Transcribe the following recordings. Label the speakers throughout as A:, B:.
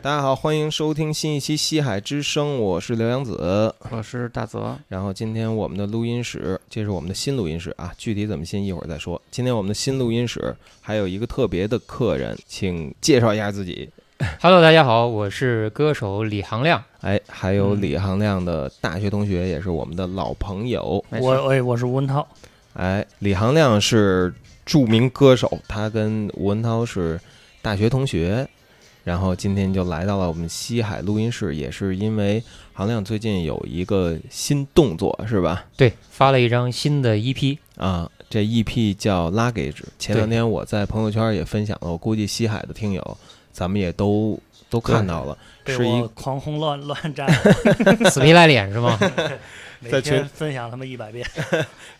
A: 大家好，欢迎收听新一期《西海之声》，我是刘洋子。
B: 我是大泽，
A: 然后今天我们的录音室，这是我们的新录音室啊，具体怎么新一会儿再说。今天我们的新录音室还有一个特别的客人，请介绍一下自己。
C: Hello，大家好，我是歌手李行亮。
A: 哎，还有
B: 嗯
A: 李行亮的大学同学，也是我们的老朋友。
B: 没事
D: 我哎，我是吴文涛，
A: 哎，李行亮是著名歌手，他跟吴文涛是大学同学，然后今天就来到了我们西海录音室，也是因为行亮最近有一个新动作，是吧？
C: 对，发了一张新的 E EP，
A: 啊，这 EP 叫《拉给纸》，前
C: 对
A: 两天我在朋友圈也分享了，我估计西海的听友咱们也都都看到了，
D: 被
A: 是一
D: 我狂轰乱 乱 战，
C: 死皮赖脸是 吗？
A: 在
D: 每
A: 群
D: 天分享他们一百遍。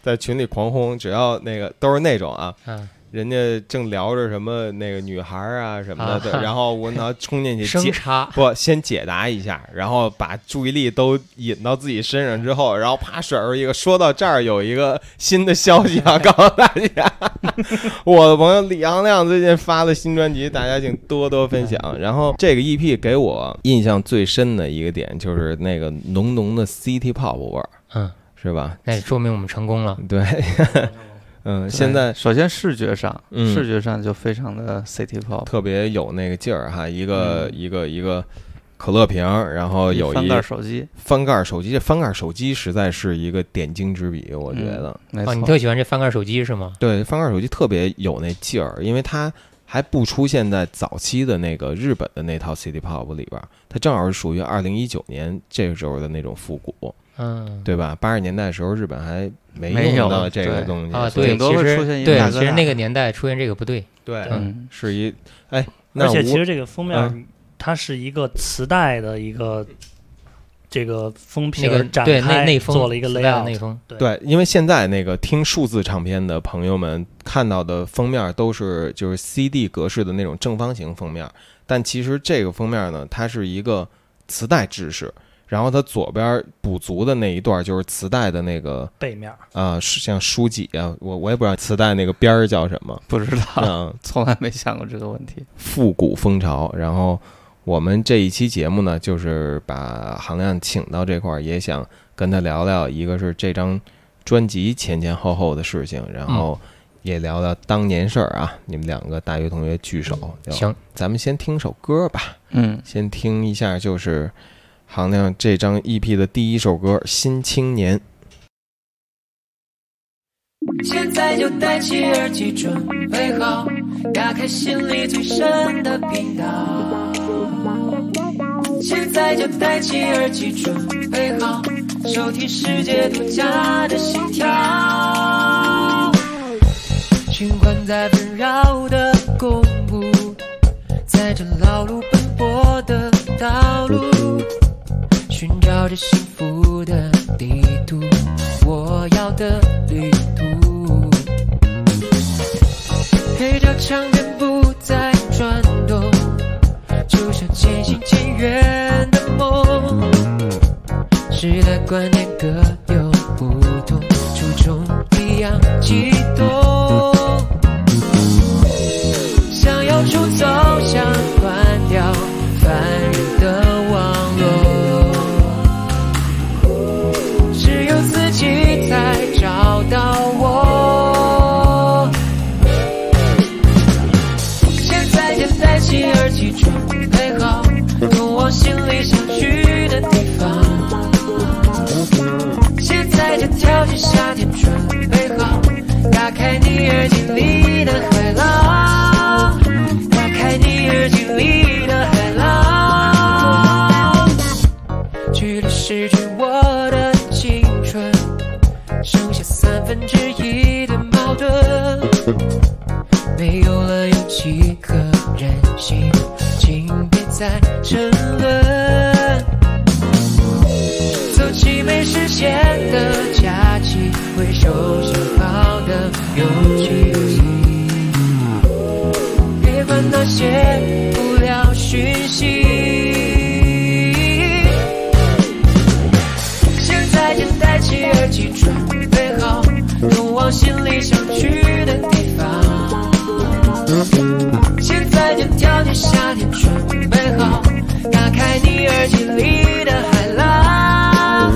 A: 在群里狂轰，只要那个都是那种啊，
C: 嗯，
A: 人家正聊着什么那个女孩儿啊什么的，
C: 啊
A: 对然后文涛冲进去
C: 生
A: 接。
C: 插
A: 不，先解答一下，然后把注意力都引到自己身上之后，然后啪甩出一个，说到这儿有一个新的消息啊，告诉大家， 我的朋友李昂亮最近发了新专辑，大家请多多分享。然后这个 EP 给我印象最深的一个点就是那个浓浓的 City Pop 味儿，
C: 嗯，
A: 是吧？
C: 那说明我们成功了。
A: 对， 嗯，现在
B: 首先视觉上，
A: 嗯
B: 视觉上就非常的 City Pop，
A: 特别有那个劲儿哈，一个、一个一个可乐瓶儿，然后哦有
B: 翻
A: 一
B: 盖手机，
A: 翻盖手机，这翻盖手机实在是一个点睛之笔，
B: 嗯
A: 我觉得。
B: 没
C: 哦，你
B: 错，
C: 特喜欢这翻盖手机是吗？
A: 对，翻盖手机特别有那劲儿，因为它还不出现在早期的那个日本的那套 City Pop 里边儿，它正好是属于二零一九年这个时候的那种复古，
C: 嗯，
A: 对吧？八十年代的时候，日本还没
B: 没
A: 用
B: 有
A: 到这个
B: 对
A: 东西
C: 啊，
A: 所以
C: 对，
B: 顶多
C: 其
B: 会
C: 实
B: 出现一个大
C: 对，
B: 哥大
C: 其实那个年代出现这个不对。
A: 对，
B: 嗯，
A: 是一哎， 那
D: 而且其
A: 我嗯
D: 实这个封面，它是一个磁带的一个这个封
C: 那
D: 皮
C: 个
D: 儿展
C: 对内
D: 开，
C: 内封
D: 做了一个
C: 磁带的内
D: layout。
C: 封，
A: 对，因为现在那个听数字唱片的朋友们看到的封面都是就是 CD 格式的那种正方形封面，但其实这个封面呢，它是一个磁带制式，然后它左边补足的那一段就是磁带的那个
D: 背面儿，
A: 啊、是像书籍啊，我我也不知道磁带那个边儿叫什 么，
B: 不知
A: 嗯、
B: 道，从来没想过这个问题。
A: 复古风潮。然后我们这一期节目呢，就是把韩亮请到这块儿，也想跟他聊聊，一个是这张专辑前前后后的事情，然后
C: 嗯
A: 也聊聊当年事儿啊。你们两个大学同学聚首，就，
C: 行，
A: 咱们先听首歌吧，
B: 嗯，
A: 先听一下就是韩亮这张 EP 的第一首歌《新青年》。
E: 现在就戴起耳机，准备好，打开心里最深的频道。现在就戴起耳机，准备好，收听世界独家的心跳。循环在纷扰的公路，在这劳碌奔波的道路，寻找着幸福的地图。我要的旅途。陪着唱片不再转动，就像渐行渐远的梦。时代观念各有不同，初衷一样激动。想要出走，想关掉烦人的网络。只有自己才找到我。现在就戴起耳机，准备好通往心里想去的地方。现在就跳进夏天，准备好打开你耳机里的海浪，打开你耳机里的海浪。距离失去我的青春，剩下三分之一的矛盾，没有了勇气和任性，请别再沉沦。走起没实现的假期，回收消耗的勇气。别管那些无聊讯息。现在就戴起耳机，准备好通往心里想去的地方。现在就跳进夏天，准备好打开你耳机里的海浪，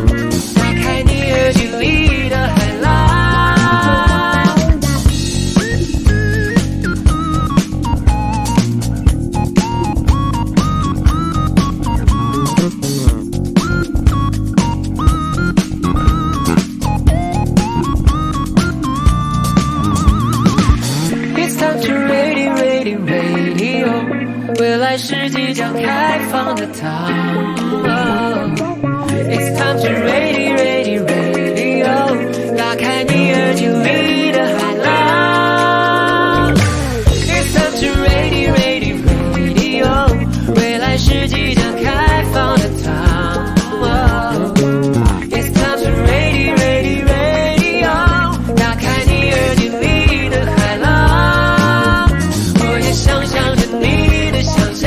E: 打开你耳机里的海浪。It's time to radio radio radio，未来是即将开放的糖。It's time to radio radio radio，打开你耳机里的海浪。It's time to radio radio radio，未来是即将开放的糖。It's time to radio, radio, radio，打开你耳机里的海浪，我也想象着你的想象。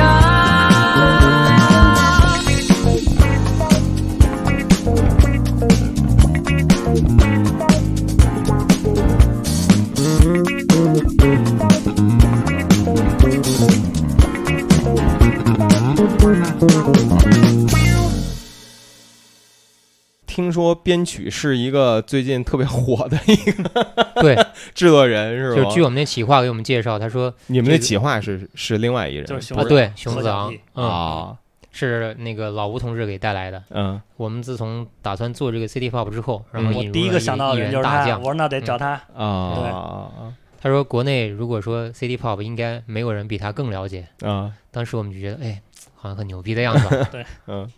A: 听说编曲是一个最近特别火的一个
C: 对，
A: 制作人是
C: 就
A: 吧？
C: 据我们那企划给我们介绍，他说
A: 你们那
C: 这个
A: 企划是是另外一人
D: 就是熊
C: 啊，
D: 掌
C: 对，熊
D: 和
C: 子
D: 小
C: 昂
D: 弟，
C: 嗯，
A: 啊，
C: 是那个老吴同志给带来的。
A: 嗯，
C: 我们自从打算做这个 City Pop 之后，
A: 嗯
C: 然后
D: 我
C: 引入
D: 第一
C: 了
D: 个想到
C: 一
D: 的人就是
C: 大
D: 他，
C: 将嗯
D: 我。说那得找他。
A: 啊
C: 他说，国内如果说 City Pop，应该没有人比他更了解。
A: 啊
C: 当时我们就觉得，哎，好像很牛逼的样 子。
A: 嗯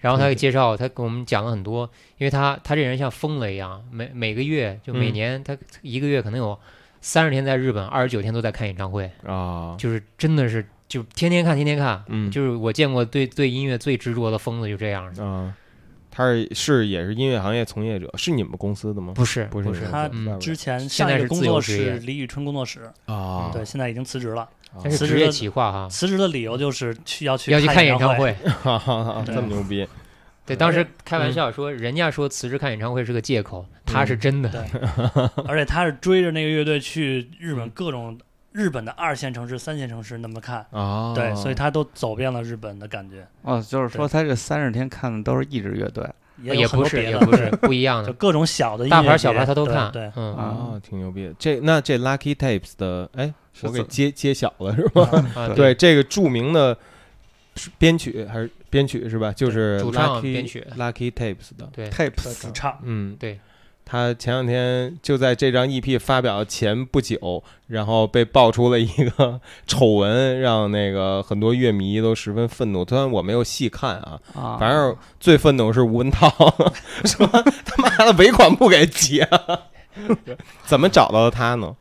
C: 然后他给介绍，他给我们讲了很多，因为他他这人像疯了一样，每每个月就每
A: 嗯
C: 年、他一个月可能有三十天在日本，二十九天都在看演唱会，
A: 啊，
C: 就是真的是就天天看，天天看。
A: 嗯
C: 就是我见过对对音乐最执着的疯子就这样的，
A: 啊，他是是也是音乐行业从业者，是你们公司的吗？
C: 不是
A: 不是
C: 是
A: 是
D: 他
A: 嗯
C: 嗯
D: 之前
C: 现
D: 上
C: 在
D: 一
C: 是
D: 个工
C: 自由
D: 作
C: 职
D: 是
C: 业
D: 李宇春工作室，
A: 啊，
D: 对，现在已经辞职了。
C: 但是
D: 辞职
C: 职业
D: 的
C: 企划哈，
D: 辞职的理由就是去要去
C: 要去看演唱
D: 唱
C: 会。
A: 哈哈哈，这么牛逼
C: 对，嗯当时开
A: 嗯
C: 玩笑说，人家说辞职看演唱会是个借口，他是真的。
D: 而且他是追着那个乐队去日
C: 嗯
D: 本各种日本的二线城市、三线城市那么看，
A: 啊！
C: 哦
D: 对，所以他都走遍了日本的感觉，
B: 哦，就是说他这三十天看的都是一支乐队
D: 也
C: 也
D: 有很
C: 不
D: 多
C: 是，
D: 别
C: 也
D: 的，
C: 不 是不一样
D: 就
C: 的，
D: 各种小的音乐
C: 大牌
D: 节
C: 小牌他都
D: 对
C: 看。
D: 对，
C: 嗯
B: 啊
A: 啊，挺牛逼的。这那这 Lucky Tapes 的，哎，
B: 是
A: 我给
B: 怎
A: 揭揭晓了是吧？
C: 啊，
A: 对，这个著名的是编曲还是编曲是吧？就是
C: 主唱
A: Lucky
C: 编曲
A: Lucky Tapes 的，
C: 对，
B: tapes
D: 主唱
A: 嗯，
C: 啊对。
A: 他前两天就在这张 EP 发表前不久，然后被爆出了一个丑闻，让那个很多乐迷都十分愤怒。虽然我没有细看啊，
B: 啊，
A: 反正最愤怒是吴文涛， 说他妈的尾款不给结， 怎么找到的他呢？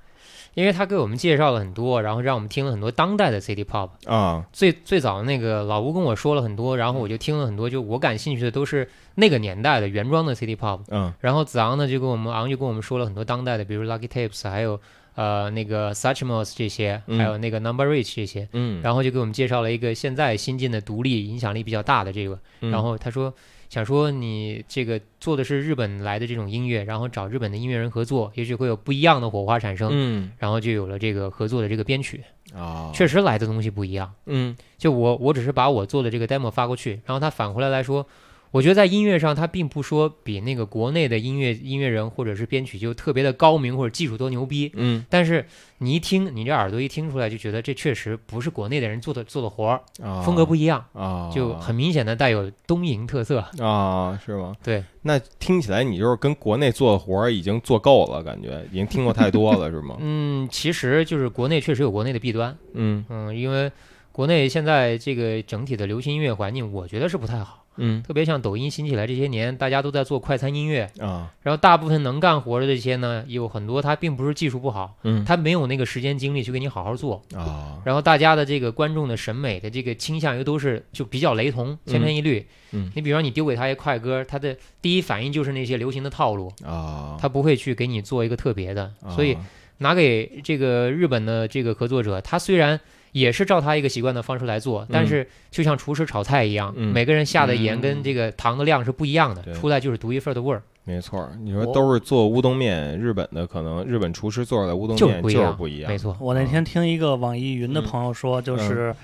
C: 因为他给我们介绍了很多，然后让我们听了很多当代的 City Pop。
A: 啊，
C: 最最早那个老吴跟我说了很多，然后我就听了很多，就我感兴趣的都是那个年代的原装的 City Pop。
A: 嗯
C: 然后子昂呢就跟我们昂就跟我们说了很多当代的，比如 Lucky Tapes，还有呃那个 Suchmos 这些，
A: 嗯
C: 还有那个 Number Rich 这些。
A: 嗯，
C: 然后就给我们介绍了一个现在新进的独立影响力比较大的这个，
A: 嗯
C: 然后他说想说你这个做的是日本来的这种音乐，然后找日本的音乐人合作，也许会有不一样的火花产生，
A: 嗯
C: 然后就有了这个合作的这个编曲，
A: 啊，
C: 确实来的东西不一样。
A: 嗯
C: 就我我只是把我做的这个 demo 发过去，然后他返回来来说，我觉得在音乐上他并不说比那个国内的音乐音乐人或者是编曲就特别的高明或者技术多牛逼，
A: 嗯
C: 但是你一听，你这耳朵一听出来就觉得这确实不是国内的人做的做的活儿，
A: 啊，
C: 嗯风格不一样，
A: 啊，
C: 就很明显的带有东瀛特色。
A: 啊，是吗？
C: 对，
A: 那听起来你就是跟国内做的活儿已经做够了，感觉已经听过太多了，是吗？
C: 嗯，其实就是国内确实有国内的弊端，
A: 嗯
C: 嗯，因为国内现在这个整体的流行音乐环境，我觉得是不太好，
A: 嗯
C: 特别像抖音兴起来这些年，大家都在做快餐音乐，
A: 啊
C: 然后大部分能干活的这些呢，有很多他并不是技术不好，
A: 嗯
C: 他没有那个时间精力去给你好好做。
A: 啊
C: 然后大家的这个观众的审美的这个倾向又都是就比较雷同，千篇一律。
A: 嗯
C: 你比方你丢给他一快歌，他的第一反应就是那些流行的套路，
A: 啊，
C: 他不会去给你做一个特别的。
A: 啊
C: 所以拿给这个日本的这个合作者，他虽然也是照他一个习惯的方式来做，但是就像厨师炒菜一样，
A: 嗯
C: 每个人下的
A: 嗯
C: 盐跟这个糖的量是不一样的，
A: 对
C: 出来就是独一份儿的味儿。
A: 没错儿，你说
D: 我
A: 都是做乌冬面，日本的可能日本厨师做出来乌冬
C: 就是
A: 面
C: 不一
A: 就是
C: 样
A: 不一样
C: 没，错，
D: 我那天听一个网易云的
A: 嗯
D: 朋友说，就是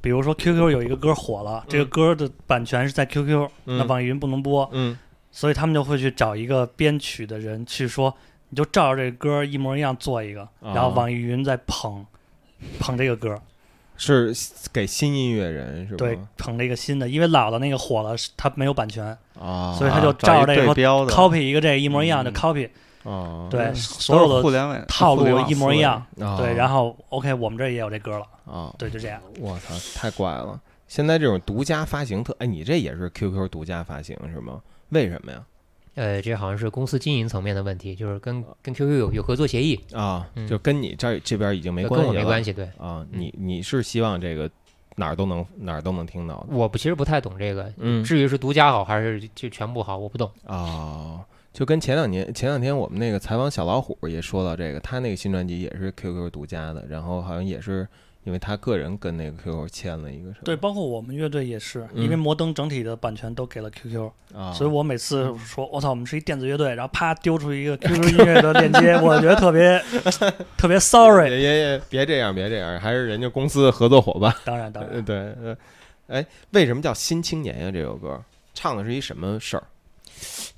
D: 比如说 QQ 有一个歌火了，这个
C: 嗯
D: 歌的版权是在 QQ，、
A: 嗯
D: 那网易云不能播，
A: 嗯
D: 所以他们就会去找一个编曲的人去说，你就照着这个歌一模一样做一个，
A: 啊
D: 然后网易云再捧捧这个歌，
A: 是给新音乐人是吧？
D: 对，捧了一个新的，因为老的那个火了，是它没有版权
A: 啊，
D: 所以他就
B: 啊找
D: 照
B: 一
D: 着这
B: 对
D: 个
B: 标的，
D: ，copy 一个这个一模一样的
B: 嗯
D: copy，
A: 啊，
D: 对，
B: 嗯
D: 所
B: 都
D: 有
B: 是互
D: 的
B: 联网
D: 套路
B: 互联网
D: 一模一样，
A: 啊
D: 对，然后 OK，我们这儿也有这歌了，
A: 啊，
D: 对，就这样，
A: 我操，太怪了！现在这种独家发行特，哎，你这也是 QQ 独家发行是吗？为什么呀？
C: 呃，这好像是公司经营层面的问题，就是跟跟 QQ 有有合作协议，
A: 啊，
C: 嗯
A: 就跟你这儿这边已经没
C: 呃
A: 关系
C: 跟我
A: 了，
C: 没关系。嗯对，
A: 啊。你你是希望这个哪儿都能哪儿都能听到的，
C: 我不其实不太懂这个，
A: 嗯
C: 至于是独家好还是就全部好，我不懂。
A: 哦，就跟前两年前两天我们那个采访小老虎也说到这个，他那个新专辑也是 QQ 独家的，然后好像也是因为他个人跟那个 QQ 签了一个什么
D: 对，包括我们乐队也是，
A: 嗯
D: 因为摩登整体的版权都给了 QQ，
A: 啊，
D: 所以我每次
C: 嗯
D: 说我操，我们是一电子乐队，然后啪丢出 一个 QQ 音乐的链接，我觉得特 别特别 sorry，
A: 也也也别这样别这样，还是人家公司的合作 伙伴。
D: 当然当
A: 呃
D: 然，
A: 对，呃哎，为什么叫新青年呀？这首歌唱的是一什么事儿？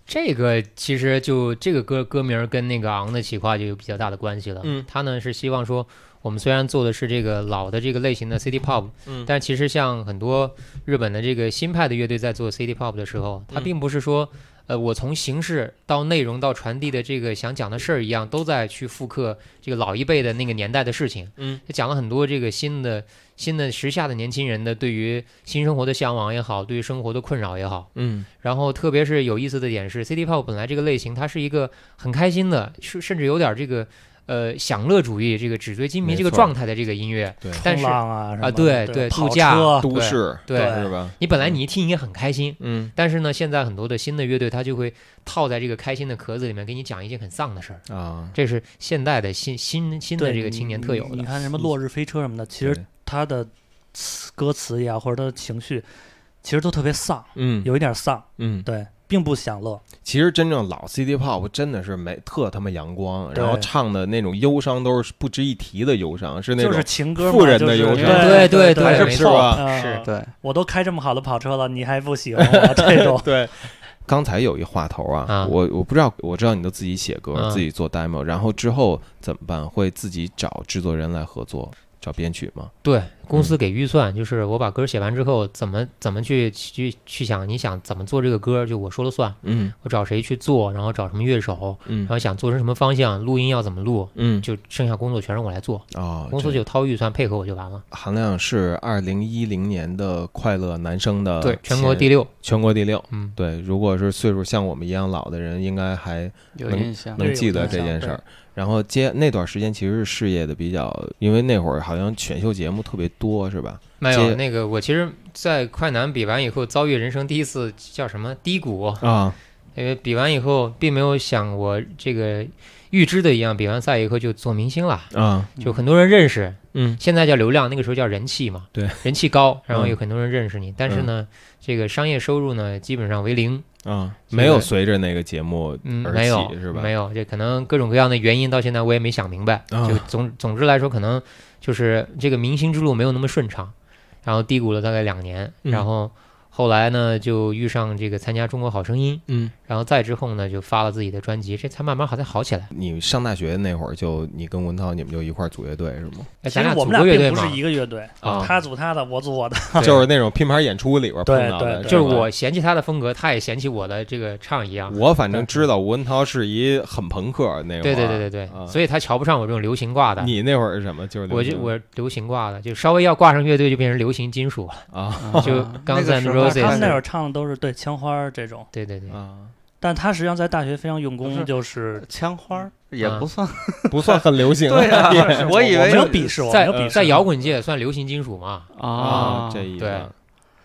C: 这个其实就这个歌歌名儿跟那个昂的企划就有比较大的关系了。
A: 嗯
C: 他呢是希望说，我们虽然做的是这个老的这个类型的 City Pop，
A: 嗯
C: 但其实像很多日本的这个新派的乐队在做 City Pop 的时候，它
A: 嗯
C: 并不是说，呃，我从形式到内容到传递的这个想讲的事儿一样，都在去复刻这个老一辈的那个年代的事情。
A: 嗯，
C: 讲了很多这个新的新的时下的年轻人的对于新生活的向往也好，对于生活的困扰也好。
A: 嗯
C: 然后特别是有意思的点是，City Pop 本来这个类型它是一个很开心的，甚甚至有点这个呃享乐主义、这个纸醉金迷
A: 没
C: 这个
A: 错
C: 状态的这个音乐
A: 对，
C: 但
D: 冲
C: 是
D: 浪啊什么
C: 啊
D: 的
C: 对对
D: 跑
C: 度假
D: 车
A: 都市
C: 对
D: 对
A: 是吧？
C: 你本来你一听应该很开心，
A: 嗯
C: 但是呢，现在很多的新的乐队它就会套在这个开心的壳子里面，给你讲一件很丧的事儿，
A: 啊，
C: 这是现代的新新新的
D: 对
C: 这个青年特有
D: 你。你
C: 的。
D: 看什么落日飞车什么的，其
A: 对
D: 实它的词歌词呀，或者它的情绪，其实都特别丧，
A: 嗯
D: 有一点丧，
A: 嗯，
D: 对，并不享乐。
A: 其实真正老 CD pop 真的是没特他妈阳光，然后
D: 对
A: 唱的那种忧伤都是不值一提的忧伤，是那
D: 就
A: 种
D: 是情歌嘛，
A: 富人的
D: 就是
A: 忧伤
D: 对
C: 对对
A: 还
D: 对
A: 是
C: 没
A: 是
C: 错
A: 吧？
D: 啊
C: 是
B: 对，
D: 我都开这么好的跑车了，你还不喜 欢我这种？
A: 对。刚才有一话头啊，
C: 啊
A: 我我不知道，我知道你都自己写歌，
C: 嗯
A: 自己做 demo，然后之后怎么办？会自己找制作人来合作，找编曲吗？
C: 对公司给预算，就是我把歌写完之后，怎么怎么去去去想，你想怎么做这个歌，就我说了算，
A: 嗯
C: 我找谁去做，然后找什么乐手，
A: 嗯
C: 然后想做成什么方向，录音要怎么录，
A: 嗯，
C: 就剩下工作全是我来做，
A: 哦，
C: 公司
A: 这
C: 就掏预算配合我就完了。
A: 韩亮是二零一零年的快乐男生的
C: 对，全国
A: 前
C: 第六，
A: 全国第六。
C: 嗯，
A: 对，如果是岁数像我们一样老的人，应该还
B: 有
A: 能
B: 印象。
A: 能
D: 对
A: 记
D: 有
A: 得
D: 印
A: 这
D: 象
A: 件事儿
D: 对。
A: 然后接那段时间其实是事业的比较，因为那会儿好像选秀节目特别多，是吧？
C: 没
A: 接
C: 有那个我其实，在快男比完以后，遭遇人生第一次叫什么低谷，
A: 啊，
C: 因为比完以后并没有像我这个预知的一样，比完赛以后就做明星了。
A: 啊，
C: 就很多人认识，
A: 嗯，
C: 现在叫流量，那个时候叫人气嘛，
A: 对，
C: 人气高，然后
A: 嗯
C: 有很多人认识你，但是呢，这个商业收入呢基本上为零，
A: 啊，
C: 这
A: 没有
C: 个
A: 随着那个节目
C: 嗯，
A: 而
C: 没有
A: 起，是吧？
C: 没有，这可能各种各样的原因，到现在我也没想明白。
A: 啊
C: 就总总之来说，可能就是这个明星之路没有那么顺畅，然后低谷了大概两年，
A: 嗯
C: 然后后来呢就遇上这个参加《中国好声音》，
A: 嗯，
C: 然后再之后呢就发了自己的专辑，这才慢慢好才好起来。
A: 你上大学那会儿就你跟文涛你们就一块儿组乐队是吗？
C: 哎，
D: 其
C: 咱
D: 实
C: 俩
D: 我
C: 组
D: 们俩
C: 过乐队
D: 并不
C: 嘛
D: 是，一个乐队，
C: 啊
D: 他组他的，我组我的，
C: 对
A: 就是那种拼盘演出里边碰
D: 对
A: 到
D: 对
A: 的，
D: 对
C: 就是
A: 吧
C: 我嫌弃他的风格，他也嫌弃我的这个唱一样。
A: 我反正知道吴文涛是一很朋克那会儿，
C: 对对对对对，
A: 啊
C: 所以他瞧不上我这种流行挂的。
A: 你那会儿是什么？就是
C: 我
A: 那
C: 就
A: 种
C: 我流行挂的，就稍微要挂上乐队就变成流行金属了。
A: 啊
B: 啊
C: 就刚才
B: 那个时
C: Roses
B: 候
C: 对
D: 他
B: 他
D: 们那会
B: 那
D: 儿唱的都是对枪花儿这种，
C: 对对对，
A: 啊，
D: 但他实际上在大学非常用
B: 不
D: 功，
B: 是
D: 就是
B: 枪花儿也
C: 啊
B: 不 算，
A: 不算很流行
B: 对啊，我以
D: 我
B: 为
D: 没有鄙视，我没有鄙啊
C: 在呃
D: 视，
C: 在摇滚界算流行金属嘛？
A: 啊
B: 啊，，
A: 这意
C: 对
A: 思。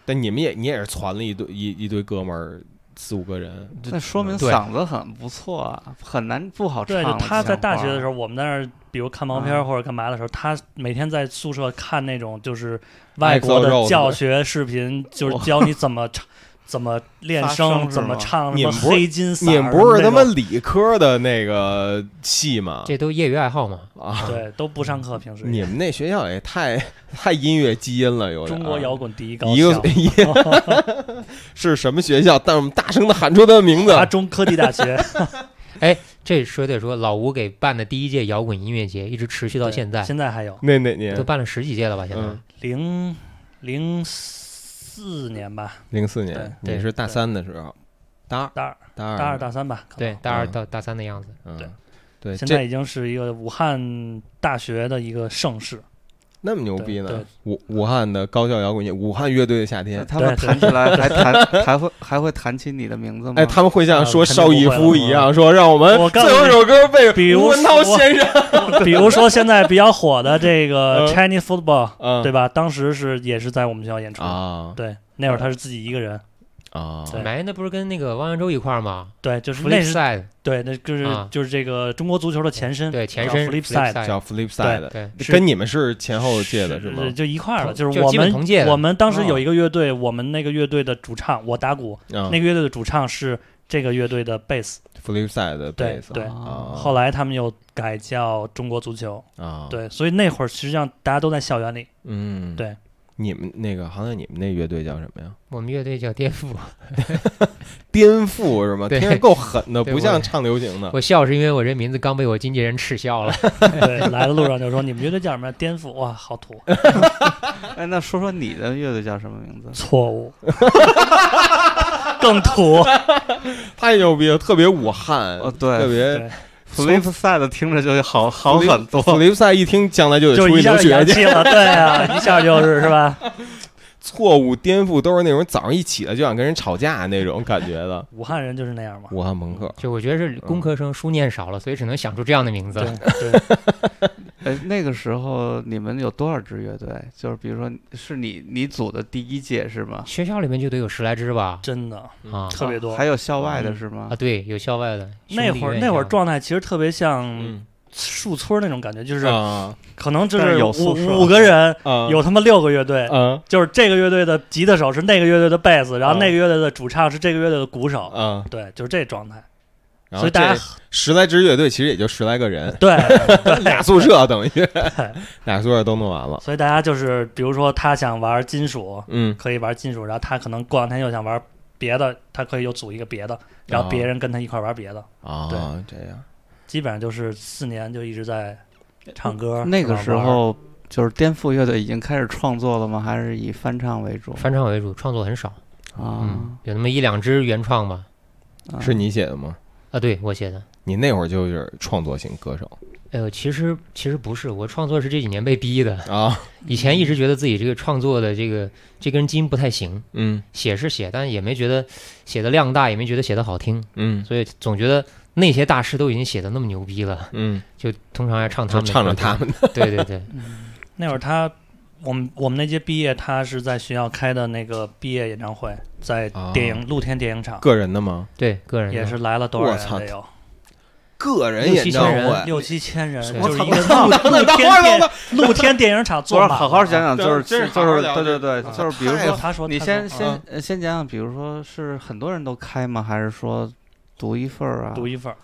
A: 但你们也你也是攒了一堆一一堆哥们儿四五个人，
B: 那说明
C: 对
B: 嗓子很不错啊，很难不好唱
D: 对，
B: 了。
D: 就他在大学的时
B: 候，
D: 候，我们在那儿，比如看毛片儿
B: 啊
D: 或者干嘛的时候，他每天在宿舍看那种就是外国
A: Axl Rose
D: 的教学视频，就是教你怎么唱 怎么练
B: 发声
D: 声，
B: 是
D: 怎么
B: 吗
D: 唱
A: 你
D: 什么
A: 们不是
D: 黑金嗓
A: 你
D: 儿
A: 们不是
D: 那
A: 他妈
D: 种
A: 理科的那个系吗？
C: 这都业余爱好嘛。
A: 啊，
D: 对都不上课，平时
A: 你们那学校也太太音乐基因了，有点啊
D: 中国摇滚啊第一高
A: 一个
D: 校，
A: 一个 是什么学校？但我们大声的喊出他的名字
D: 华，中科技 大学
C: 这说得说老吴给办的第一届摇滚音乐节，一直持续到
D: 对
C: 现在，
D: 现在还有
A: 那哪年
C: 都？办了十几届了吧？现在
A: 嗯
D: 零零四年吧，
A: 零四年，
C: 对
A: 你是大三的时候，大二，
D: 大二
A: 大
C: 嗯
A: 二，
D: 大二大三吧，可能
C: 对，大二
A: 嗯
C: 到大三的样子。
A: 嗯
D: 对，
A: 对，
D: 现
A: 这
D: 在已经是一个武汉大学的一个 盛世，
A: 那么牛逼
D: 对
A: 呢
D: 对？
A: 武武汉的高校摇滚乐，武汉乐队的夏天，
B: 他们
D: 对
B: 弹起来还弹 还会还会弹起你的名字吗？
A: 哎，他们会像
D: 啊
A: 说
D: 肯定
A: 邵逸
D: 不会
A: 夫
D: 了嗯
A: 一样，说让我们
D: 我告
A: 最
D: 诉
A: 后一
D: 你
A: 首歌被
D: 比如
A: 吴文涛
D: 说
A: 先生，
D: 比如说现在比较火的这
A: 嗯
D: 个 Chinese football，
A: 嗯，
D: 对吧？当时是也是在我们学校演出，
A: 啊
D: 对，那会儿他是自己一个人，
A: 啊，
D: 对
C: 埋那不是跟那个汪洋洲一块儿吗
D: 对，就是那
C: ？Flip
D: 是
C: side，
D: 对，那就是
C: 啊
D: 就是这个中国足球的前 身，啊
C: 对，前
D: 叫
C: 身
D: Flip
C: Flip
D: side，
A: 叫
C: side，
A: Flip Side，
C: 对，
D: 是
A: 跟你们是前后届的是吗？
D: 就一块儿了，
C: 同
D: 就是
C: 就
D: 我
C: 基本同届
D: 们
C: 的啊
D: 我们当时
A: 哦
D: 有一个乐队，我们那个乐队的主唱我打鼓，
A: 啊
D: 那个乐队的主唱是这个乐队的贝斯，
A: ，Flip Side 的
D: 对
A: bass
D: 对
B: 哦
A: 啊
D: 后来他们又改叫中国足球，
A: 啊，，
D: 对，所以那会儿实际上大家都在校园里，
A: 嗯，
D: 对。
A: 你们那个，好像你们那乐队叫什么呀？
C: 我们乐队叫颠 覆。
A: 颠覆是吗？
C: 对
A: 听着够狠的，
C: 对
A: 不
C: 我
A: 像唱流行的。
C: 我笑是因为我这名字刚被我经纪人耻笑 了。
D: 对，来的路上就说你们乐队叫什么呀？颠覆，哇，好土，
B: 哎，那说说你的乐队叫什么名字？
D: 错误， 更土，
A: 太牛逼了，特别武汉，
B: 哦
A: 特
B: 对
A: 别
D: 对
B: ，Flip Side 听着就好好
A: 弗利
B: 很多。
A: 弗利赛一听将来就得
D: 就
A: 出
D: 一
A: 留
D: 下就
A: 学
D: 洋
A: 去，
D: 气 了，对啊，一下就是是吧？
A: 错误颠覆都是那种早上一起来就想跟人吵架那种感觉 的
D: 武汉人就是那 样嘛，
A: 武汉朋克。
C: 就我觉得是工科生书念少了，所以只能想出这样的名字
D: 对。对，
B: 哎，那个时候你们有多少支乐队？就是比如说是你你组的第一届是吗？哦
C: 学校里面就得有十来支吧？
D: 真的
C: 啊
D: 特别多
B: 还。有校外的
D: 嗯
B: 是吗
C: 啊，？对，有校外的。
D: 那
C: 兄弟
D: 会儿
C: 院
D: 那会儿
C: 校
D: 状态其实特别像
A: 嗯，
D: 树村那种感觉，就是
A: 啊
D: 可能就
B: 但是
D: 是
B: 有宿舍嗯
D: 五五个人，
A: 啊
D: 有他妈六个乐队，
A: 啊
D: 就是这个乐队的吉他手是那个乐队的贝斯，然后
A: 嗯
D: 那个乐队的主唱是这个乐队的鼓
B: 嗯
D: 手，
A: 啊，
D: 对，就是这状态。
A: 然
D: 所
A: 后
D: 以大
A: 这
D: 家
A: 十来支乐队其实也就十来个 人，
D: 对，
A: 俩宿 舍等于俩宿舍都弄完了。
D: 所以大家就是比如说他想玩金属，
A: 嗯，
D: 可以玩金属，然后他可能过两天又想玩别的，他可以又组一个别的，然后别人跟他一块玩别的，
A: 啊，
D: 对
A: 这样
D: 基本上就是四年就一直在唱歌。
B: 那个
D: 然后
B: 时
D: 玩
B: 候就是颠覆乐队已经开始创作了吗？还是以翻唱为主？
C: 翻唱为主，创作很少。嗯
B: 啊，，
C: 有那么一两支原创吧。
B: 啊
A: 是你写的吗？
C: 啊，对我写的。
A: 你那会儿就是创作型歌手
C: 呃，其实其实不是，我创作是这几年被逼的。
A: 啊，
C: 以前一直觉得自己这个创作的这个这根筋不太行，
A: 嗯
C: 写是写，但也没觉得写的量大，也没觉得写的好听，
A: 嗯
C: 所以总觉得那些大师都已经写的那么牛逼了，
A: 嗯，
C: 就通常爱唱他
A: 就
C: 们，
A: 唱着他。们的
C: 对对对，
D: 那会儿他，我们我们那届毕业，他是在学校开的那个毕业演唱会，在
B: 哦
D: 电影、露天电影场，
A: 个人的吗？
C: 对个人的
D: 也是来了多少
A: 我操
D: 人得有
A: 个人
C: 六
A: 演
C: 七千
A: 唱
C: 人
A: 会，
D: 六七千人，
C: 是
D: 就是一
A: 我操
D: 个露露
A: 等会儿等
D: 天
A: 会
D: 电露天电影场
B: 不
D: 坐
B: 是
D: 满。
B: 好好想，想，就是
A: 真是
B: 就
A: 好好啊
B: 是
A: 聊
B: 对
A: 这
B: 对对，
A: 个
B: 就是比如
A: 太
B: 说
D: 他说
B: 你
D: 他
B: 先
D: 说
B: 先
D: 嗯
B: 呃先讲讲，比如说是很多人都开吗？还是说独一份儿啊？
D: 读一份儿，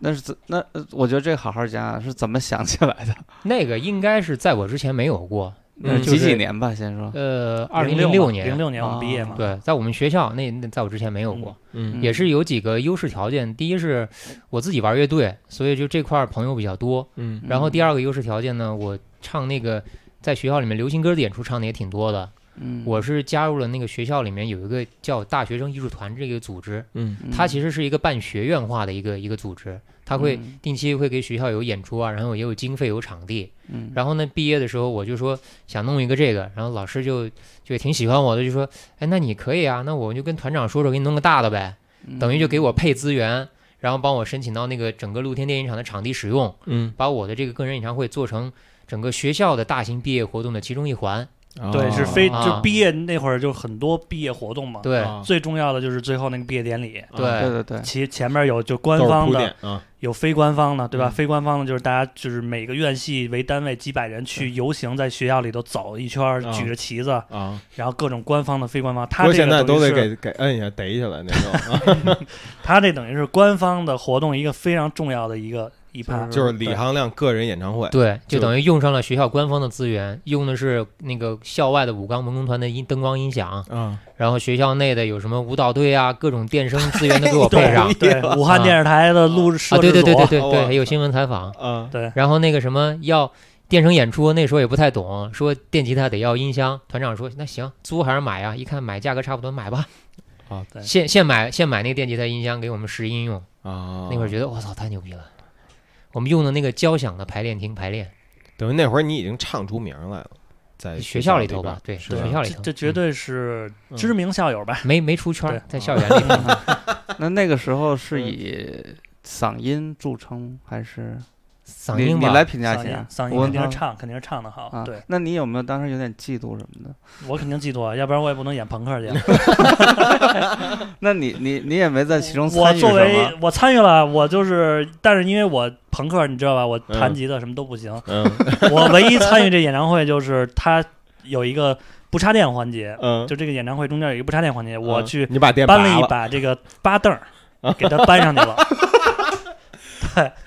B: 那是怎那呃我觉得这个好好讲讲是怎么想起来的？
C: 那个应该是在我之前没有过，
A: 嗯
C: 就
B: 几几
C: 是
B: 年吧？先说
C: 呃，二零
D: 零
C: 六
D: 年，
C: 年，
D: 零六年我们毕业嘛，
C: 对，在我们学校那那在我之前没有过，
A: 嗯
C: 也是有几个优势条件。第一是我自己玩乐队，所以就这块儿朋友比较多。
A: 嗯
C: 然后第
B: 二，
C: 二个优势条件呢，我唱那个在学校里面流行歌的演出唱的也挺多的。
B: 嗯
C: 我是加入了那个学校里面有一个叫大学生艺术团这个组织，
A: 嗯
C: 它其实是一个半学院化的一个一个组织，它会
B: 嗯
C: 定期会给学校有演出啊，然后也有经费有场地。
B: 嗯
C: 然后呢，毕业的时候我就说想弄一个这个，然后老师就就也挺喜欢我的，就说，哎，那你可以啊，那我就跟团长说说，给你弄个大的呗，等于就给我配资源，然后帮我申请到那个整个露天电影场的场地使用，
A: 嗯，
C: 把我的这个个人演唱会做成整个学校的大型毕业活动的其中一环。
A: 嗯
D: 对，是非
C: 啊
D: 就毕业那会儿就很多毕业活动嘛，
C: 对、
A: 啊
D: 最重要的就是最后那个毕业典礼，
C: 对
B: 哦对对对，
D: 其前面有就官
A: 都是
D: 方
A: 铺
D: 的
A: 垫啊，
D: 有非官方的，对吧？
C: 嗯
D: 非官方的就是大家就是每个院系为单位几百人去游行，在学校里头走一圈儿，
A: 啊
D: 举着旗子，
A: 啊！
D: 然后各种官方的、非官方。
A: 不
D: 他
A: 过
D: 这
A: 现在
D: 个
A: 都
D: 等于
A: 得
D: 是
A: 给给摁一下逮起来那种，啊
D: 他这等于是官方的活动一个非常重要的一个一趴，
A: 就是李行亮个人演唱会。
C: 对，就
A: 就
C: 等于用上了学校官方的资源，用的是那个校外的武钢文工团的音灯光音响，
A: 啊，。
C: 然后学校内的有什么舞蹈队啊，各种电声资源都给我
D: 对
C: 配 上
D: 对，武汉电视台的录制摄
C: 啊，
D: 制
C: 对对对对
D: 组，
C: 对对，
A: 哇
C: 还有新闻采访，
A: 啊，
D: 对
C: 然后那个什么要电声演出，那时候也不太懂，说电吉他得要音箱，团长说那行，租还是买啊呀？一看买价格差不多，买吧。
A: 啊
D: 对
C: 现 现买现买那个电吉他音箱给我们试音用，
A: 啊，
C: 那会儿觉得我操太牛逼了，我们用的那个交响的排练厅排练，
A: 等于那会儿你已经唱出名来了，在
C: 学
A: 校
C: 校里头吧
A: 边，
C: 对，
A: 吧
C: 哎学校里
D: 这
C: 头，
D: 这绝
C: 嗯
D: 对是
A: 嗯
D: 知名校友吧？
C: 没没出圈
D: 对
C: 儿，在校园里 头。
B: 那那个时候是
A: 嗯
B: 以嗓音著称还是？
C: 嗓
B: 你
C: 音
B: 你
C: 吧，
B: 来评价
D: 嗓
B: 一
D: 音
B: 下，
D: 嗓
B: 我
D: 音肯定
B: 问
D: 是
B: 他
D: 唱，肯定是唱的好。
B: 啊
D: 对，
B: 那你有没有当时有点嫉妒什么的？
D: 我肯定记住啊，要不然我也不能演朋克去。啊
B: 那你你你也没在其中
D: 我
B: 参与什
D: 作为
B: 么？
D: 我参与了，我就是，但是因为我朋克，你知道吧？我
A: 嗯
D: 弹吉他什么都不行。
A: 嗯
D: 我唯一参与这演唱会就是他有一个不插电环节，
A: 嗯，
D: 就这个演唱会中间有一个不插电环节，我
A: 嗯
D: 去
A: 你把电拔
D: 搬了一把这个八 凳儿，给他搬上去了。
C: 哎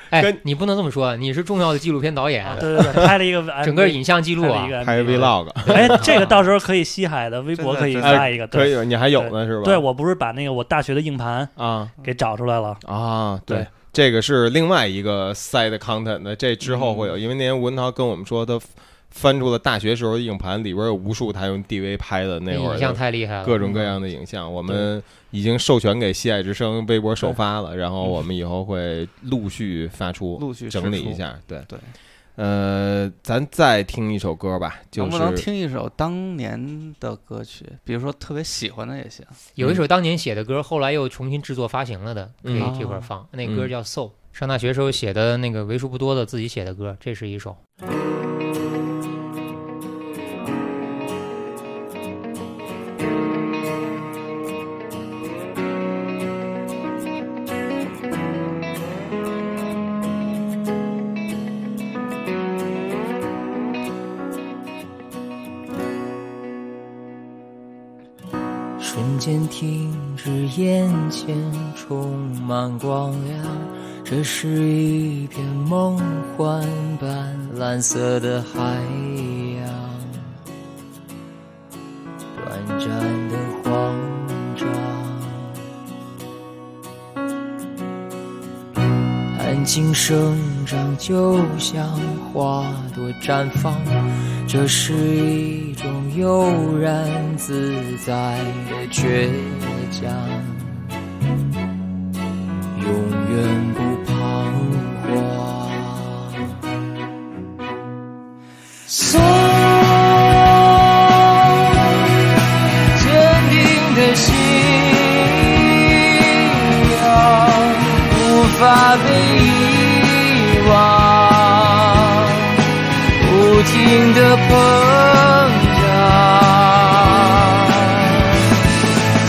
A: 跟，
C: 你不能这么说，你是重要的纪录片导演，
D: 啊对对对，拍了一个 MV,
C: 整个影像记
D: 记
C: 录啊
D: 一。个
A: 拍
D: MV
A: vlog，
D: 哎，这个到时候可以西海的微博可以
B: 真
A: 的
D: 发一个，
A: 可
D: 对。
A: 以，你还有呢是吧？
D: 对，我不是把那个我大学的硬盘
A: 啊
D: 给找出来了，
A: 啊，对
D: 对。
A: 这个是另外一个 side content 的，这之后
D: 嗯
A: 会有，因为那天吴文涛跟我们说，他翻出了大学时候的硬盘，里边有无数他用 DV 拍的那会儿
C: 嗯影
A: 的
C: 哎像太厉害了，
A: 各种各样的影像，我们已经授权给《西爱之声》微博首发了，然后
C: 嗯
A: 我们以后会陆续发出，
B: 陆续
A: 整理
B: 释出
A: 一，下。对
B: 对，
A: 呃，咱再听一首歌吧，就
B: 能不能
A: 是
B: 听一首当年的歌曲？比如说特别喜欢的也行。
C: 有一首当年写的歌，后来又重新制作发行了的，可以
A: 嗯
C: 这
D: 哦
C: 块儿放。那
A: 嗯
C: 歌叫《Soul》，上大学时候写的那个为数不多的自己写的歌，这是一首。
F: 瞬间停止，眼前充满光亮。这是一片梦幻般蓝色的海洋，短暂的慌张。安静生长，就像花朵绽放。这是一种悠然自在的倔强，永远不彷徨。So，坚定的信仰无法被遗忘。不停的膨胀。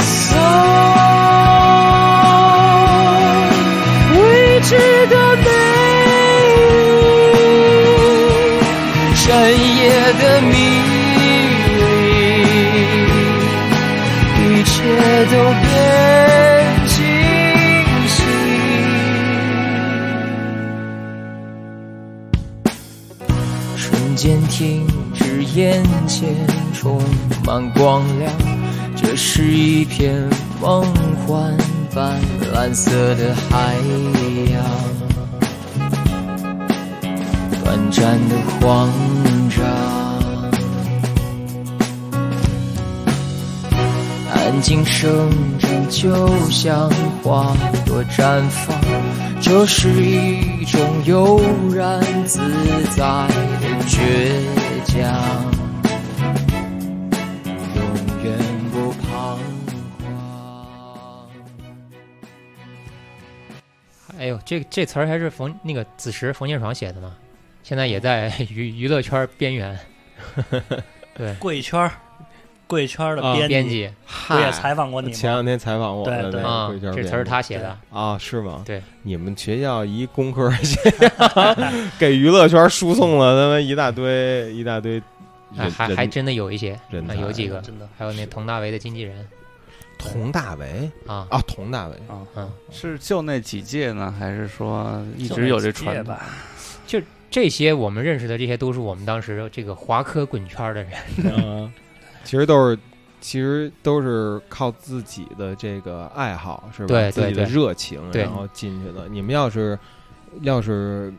F: So，未知的美丽，深夜的迷离，一切都变清晰。瞬间停止，眼前充满光亮。这是一片梦幻般蓝色的海洋，短暂的慌张。安静生长，就像花朵绽放。这是一种悠然自在的倔强，永远不彷徨。
C: 哎呦，这这词儿还是冯那个子时冯建爽写的呢，现在也在 娱娱乐圈边缘
D: 贵圈儿，贵圈儿的
A: 啊
D: 编
C: 编辑。
D: 我也
A: 嗨，
D: 采访过你
A: 前
D: 嘛。
A: 两天采访我
D: 对
A: 的
D: 对
A: 那
C: 啊
A: 个，
C: 这词儿他写的，
A: 啊，是吗？
C: 对，
A: 你们学校一工科儿系 给娱乐圈输送了他妈一大堆一大堆
C: 哎
A: 人，
C: 还
A: 人
C: 还真的有一些，
A: 人才
C: 啊有几个，
D: 哎真的
C: 还有那佟大为的经纪人
A: 佟大为
C: 啊，
A: 啊，佟大为
D: 啊，
C: 嗯，
B: 是就那几届呢，还是说一
D: 就
B: 直
D: 那
B: 有
D: 几
B: 这
D: 届
B: 传统
D: 吧？
C: 这些我们认识的这些都是我们当时这个华科滚圈的人，
A: 嗯， 其实都是，其实都是靠自己的这个爱好，是吧？
C: 对对
A: 自己的
C: 对
A: 热情，
C: 对
A: 然后进去的。你们要是要是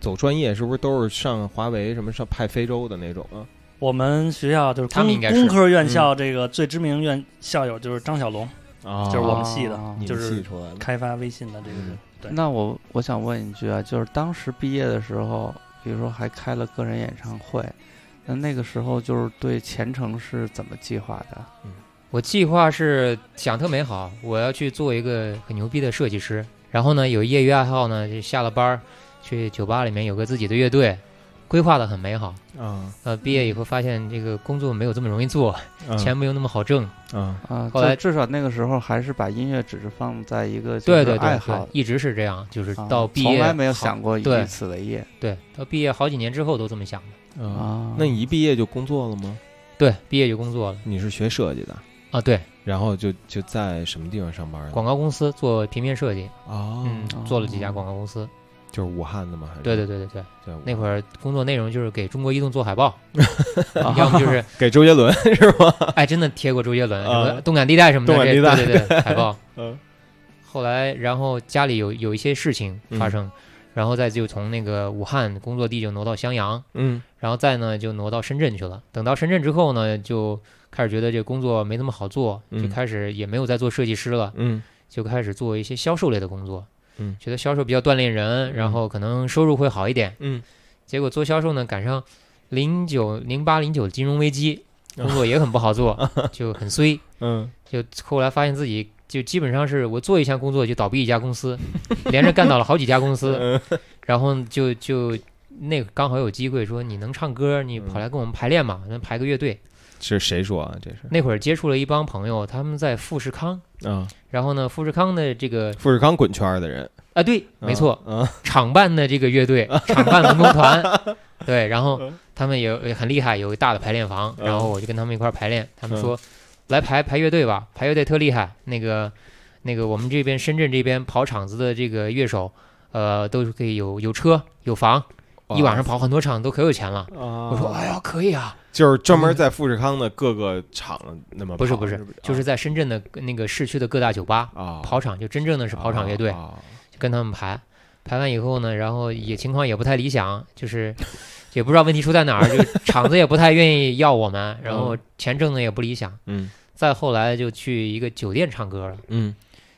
A: 走专业，是不是都是上华为什么上派非洲的那种啊？
D: 我们学校就是
C: 他们
D: 工
C: 应该是嗯
D: 工科院校这个最知名院校友就是张小龙，
A: 啊
D: 就是我们系的
B: 哦
A: 你
D: 就
A: 们
D: 是
A: 系出来的。
D: 开发微信的这个人。对
B: 那我我想问一句啊，就是当时毕业的时候，比如说还开了个人演唱会，那那个时候就是对前程是怎么计划的？
C: 我计划是想特美好，我要去做一个很牛逼的设计师。然后呢，有业余爱好呢，就下了班儿去酒吧里面有个自己的乐队，规划的很美好。
A: 啊，
C: 呃，毕业以后发现这个工作没有这么容易做，
A: 嗯
C: 钱没有那么好挣。
A: 啊，
B: 啊，
C: 后来
B: 就至少那个时候还是把音乐只是放在一个就
C: 对
B: 是
C: 对对
B: 爱
C: 对
B: 好，，
C: 一直是这样，就是
B: 啊
C: 到毕业
B: 从来没有
C: 好
B: 想过以
C: 对
B: 此为业
C: 对，到毕业好几年之后都这么想的。
A: 啊。
B: 啊。
A: 那你一毕业就工作了吗？
C: 对，毕业就工作了
A: 你是学设计的，
C: 啊，对，
A: 然后就就在什么地方上班呢？
C: 广告公司做平面设计，
A: 哦，
C: 嗯，做了几家广告公司。
A: 就是武汉的吗？还是
C: 对对对对对，
A: 对，
C: 那会
A: 儿
C: 儿工作内容就是给中国移动做海报，
B: 啊
C: 要么就是
A: 给周杰伦 是吗？
C: 哎，真的贴过周杰伦，什
A: 啊
C: 么动感地带什么的，
A: 动感
C: 这
A: 地带
C: 对对对，海报。
A: 嗯
C: 后来，然后家里有有一些事情
A: 嗯
C: 发生，然后再就从那个武汉工作地就挪到襄阳，
A: 嗯
C: 然后再呢就挪到深圳去了。等到深圳之后呢，就开始觉得这工作没那么好做，
A: 嗯
C: 就开始也没有再做设计师了，
A: 嗯
C: 就开始做一些销售类的工作。
A: 嗯
C: 觉得销售比较锻炼人，然后可能收入会好一点。
A: 嗯，
C: 结果做销售呢，赶上零九、零八、零九金融危机，工
A: 啊
C: 作也很不好 做，就很衰。
A: 嗯，
C: 就后来发现自己就基本上是我做一项工作就倒闭一家公司， 连着干倒了好几家公司，
A: 嗯
C: 然后就就那个刚好有机会说你能唱歌，你
A: 嗯
C: 跑来跟我们排练嘛，能排个乐队。
A: 是谁说啊？这是
C: 那会儿接触了一帮朋友，他们在富士康，
A: 啊，
C: 然后呢，富士康的这个
A: 富士康滚圈儿的人，
C: 啊对，没错，
A: 啊，
C: 厂办的这个 乐队，厂办文工团，对，然后他们也也很厉害，有一大的排练房，
A: 嗯
C: 然后我就跟他们一块儿排练，他们说来排排乐队吧，排乐队特厉害，那个那个我们这边深圳这边跑场子的这个乐手，呃，都是可以有有车有房，一晚上跑很多场都可有钱了。
A: 啊，
C: 我说哎呀可以啊，
A: 就是专门在富士康的各个厂那么跑
C: 不是不是，就是在深圳的那个市区的各大酒吧
A: 啊，
C: 跑场，就真正的是跑场乐队，
A: 啊
C: 就跟他们排，排完以后呢，然后也情况也不太理想，就是 也不知道问题出在哪儿，就厂子也不太愿意要我们，然后钱挣的也不理想，
A: 嗯
C: 再后来就去一个酒店唱歌了。
A: 嗯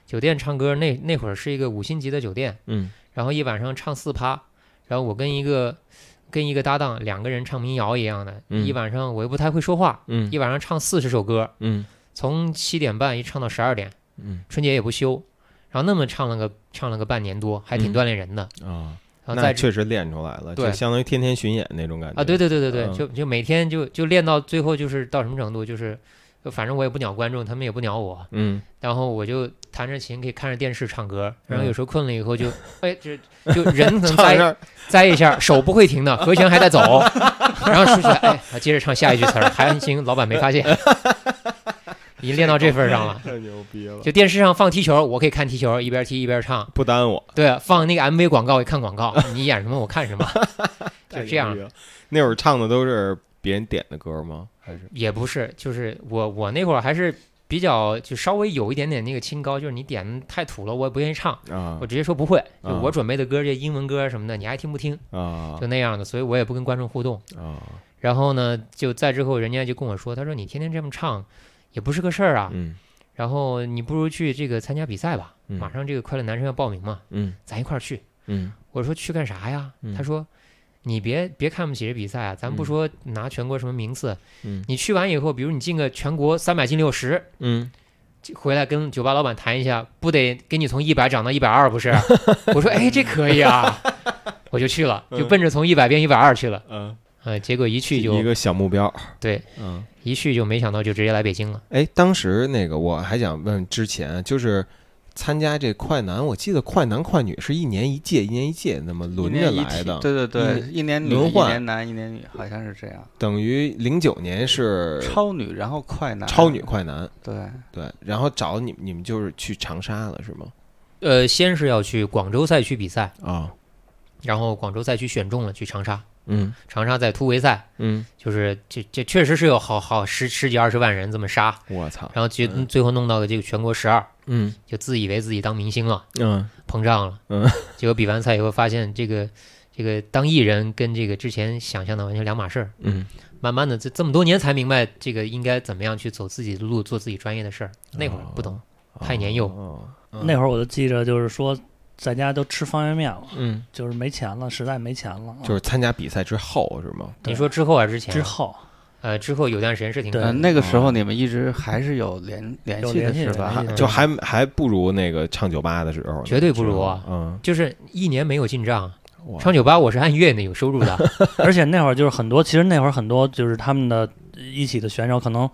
C: 酒店唱歌那那会儿是一个五星级的酒店，
A: 嗯
C: 然后一晚上唱四趴，然后我跟一个跟一个搭档两个人唱民谣一样的，
A: 嗯
C: 一晚上我又不太会说话，
A: 嗯
C: 一晚上唱四十首歌，
A: 嗯
C: 从七点半一唱到十二点，
A: 嗯
C: 春节也不休，然后那么唱了个唱了个半年多，还挺
A: 嗯
C: 锻炼人的。
A: 啊，
C: 然后
A: 那
C: 在
A: 确实练出来了，
C: 对
A: 就相当于天天巡演那种感觉
C: 啊，对对对对对，
A: 嗯
C: 就就每天就就练到最后，就是到什么程度，就是就反正我也不鸟观众，他们也不鸟我，
A: 嗯
C: 然后我就弹着琴，可以看着电视唱歌，然后
A: 嗯
C: 有时候困了以 后就，哎，就就人可
A: 唱这
C: 能栽
A: 儿
C: 栽一下，手不会停的，和弦还 在走，然后出去，哎，接着唱下一句词儿，还行，老板没发现， 已经练到这份儿上了。
A: 太牛逼了，
C: 就电视上放踢球，我可以看踢球，一边踢一边唱。
A: 不耽误我
C: 对，啊放那个 MV 广告，我也看广告，你演什么我看什么，就这样。。
A: 那会儿唱的都是别人点的歌吗？还是
C: 也不是，就是我我那会儿还是比较就稍微有一点点那个清高，就是你点的太土了，我也不愿意唱，
A: 啊
C: 我直接说不会。就
A: 啊
C: 我准备的歌，这英文歌什么的，你爱听不听，
A: 啊
C: 就那样的，所以我也不跟观众互动。
A: 啊
C: 然后呢，就在之后，人家就跟我说，他说你天天这么唱，也不是个事儿啊。
A: 嗯
C: 然后你不如去这个参加比赛吧，
A: 嗯
C: 马上这个快乐男生要报名嘛，
A: 嗯
C: 咱一块儿去。
A: 嗯
C: 我说去干啥呀？
A: 嗯
C: 他说。你别别看不起这比赛啊，咱不
A: 嗯
C: 说拿全国什么名次，
A: 嗯
C: 你去完以后，比如你进个全国三百进六十，
A: 嗯
C: 回来跟酒吧老板谈一下，不得给你从一百涨到一百二不是？ 我说哎，这可以啊，我就去了，就奔着从一百变一百二去了
A: 嗯
C: 啊、呃，结果一去
A: 一
C: 就
A: 个小目标，
C: 对，
A: 嗯，
C: 一去就没想到就直接来北京了。
A: 哎，当时那个我还想问，之前就是参加这快男，我记得快男快女是一年一届，一年一届那么轮着
B: 一年一
A: 来
B: 体
A: 的，
B: 对对对，一年女，
A: 轮
B: 一
A: 换
B: 年男，一年女，好像是这样。
A: 等于零九年是
B: 超女，然后快男，
A: 呃超女，快男，
B: 对，
A: 对，然后找你你们就是去长沙了是吗？
C: 呃，先是要去广州赛区比赛，
A: 啊、
C: 然后广州赛区选中了，去长沙，
A: 嗯
C: 长沙在突围赛，
A: 嗯，
C: 就是这这确实是有好好十十几二十万人这么杀，
A: 我操，
C: 然后最
A: 嗯
C: 最后弄到了这个全国十二，
A: 嗯
C: 就自以为自己当明星了，
A: 嗯
C: 膨胀了，
A: 嗯，
C: 结果比完赛以后发现这个。这个当艺人跟这个之前想象的完全两码事儿，
A: 嗯，
C: 慢慢的这这么多年才明白这个应该怎么样去走自己的路，做自己专业的事儿。那会儿不
D: 哦
C: 懂，太年幼
A: 哦，
D: 那
A: 儿
D: 会儿我就记着，就是说在家都吃方便面了，
A: 嗯，
D: 就是没钱了，实在没钱了。啊
A: 就是参加比赛之后是吗？
C: 你说之后还是之前啊？
D: 之后
C: 呃，之后有段时间是挺
D: 对
B: 呃，
C: 困
A: 嗯
B: 那个时候你们一直还是有联联
D: 有
B: 系的
D: 联系
B: 是
D: 的
A: 啊
B: 吧
D: 联系？的
A: 就还还不如那个唱酒吧的时候呢，
C: 绝对不如啊
A: 啊！嗯，
C: 就是一年没有进账。
A: 哇
C: 上酒吧我是按月呢有收入 的，
D: 而且那会儿就是很多，其实那会儿很多就是他们的一起的选手，可能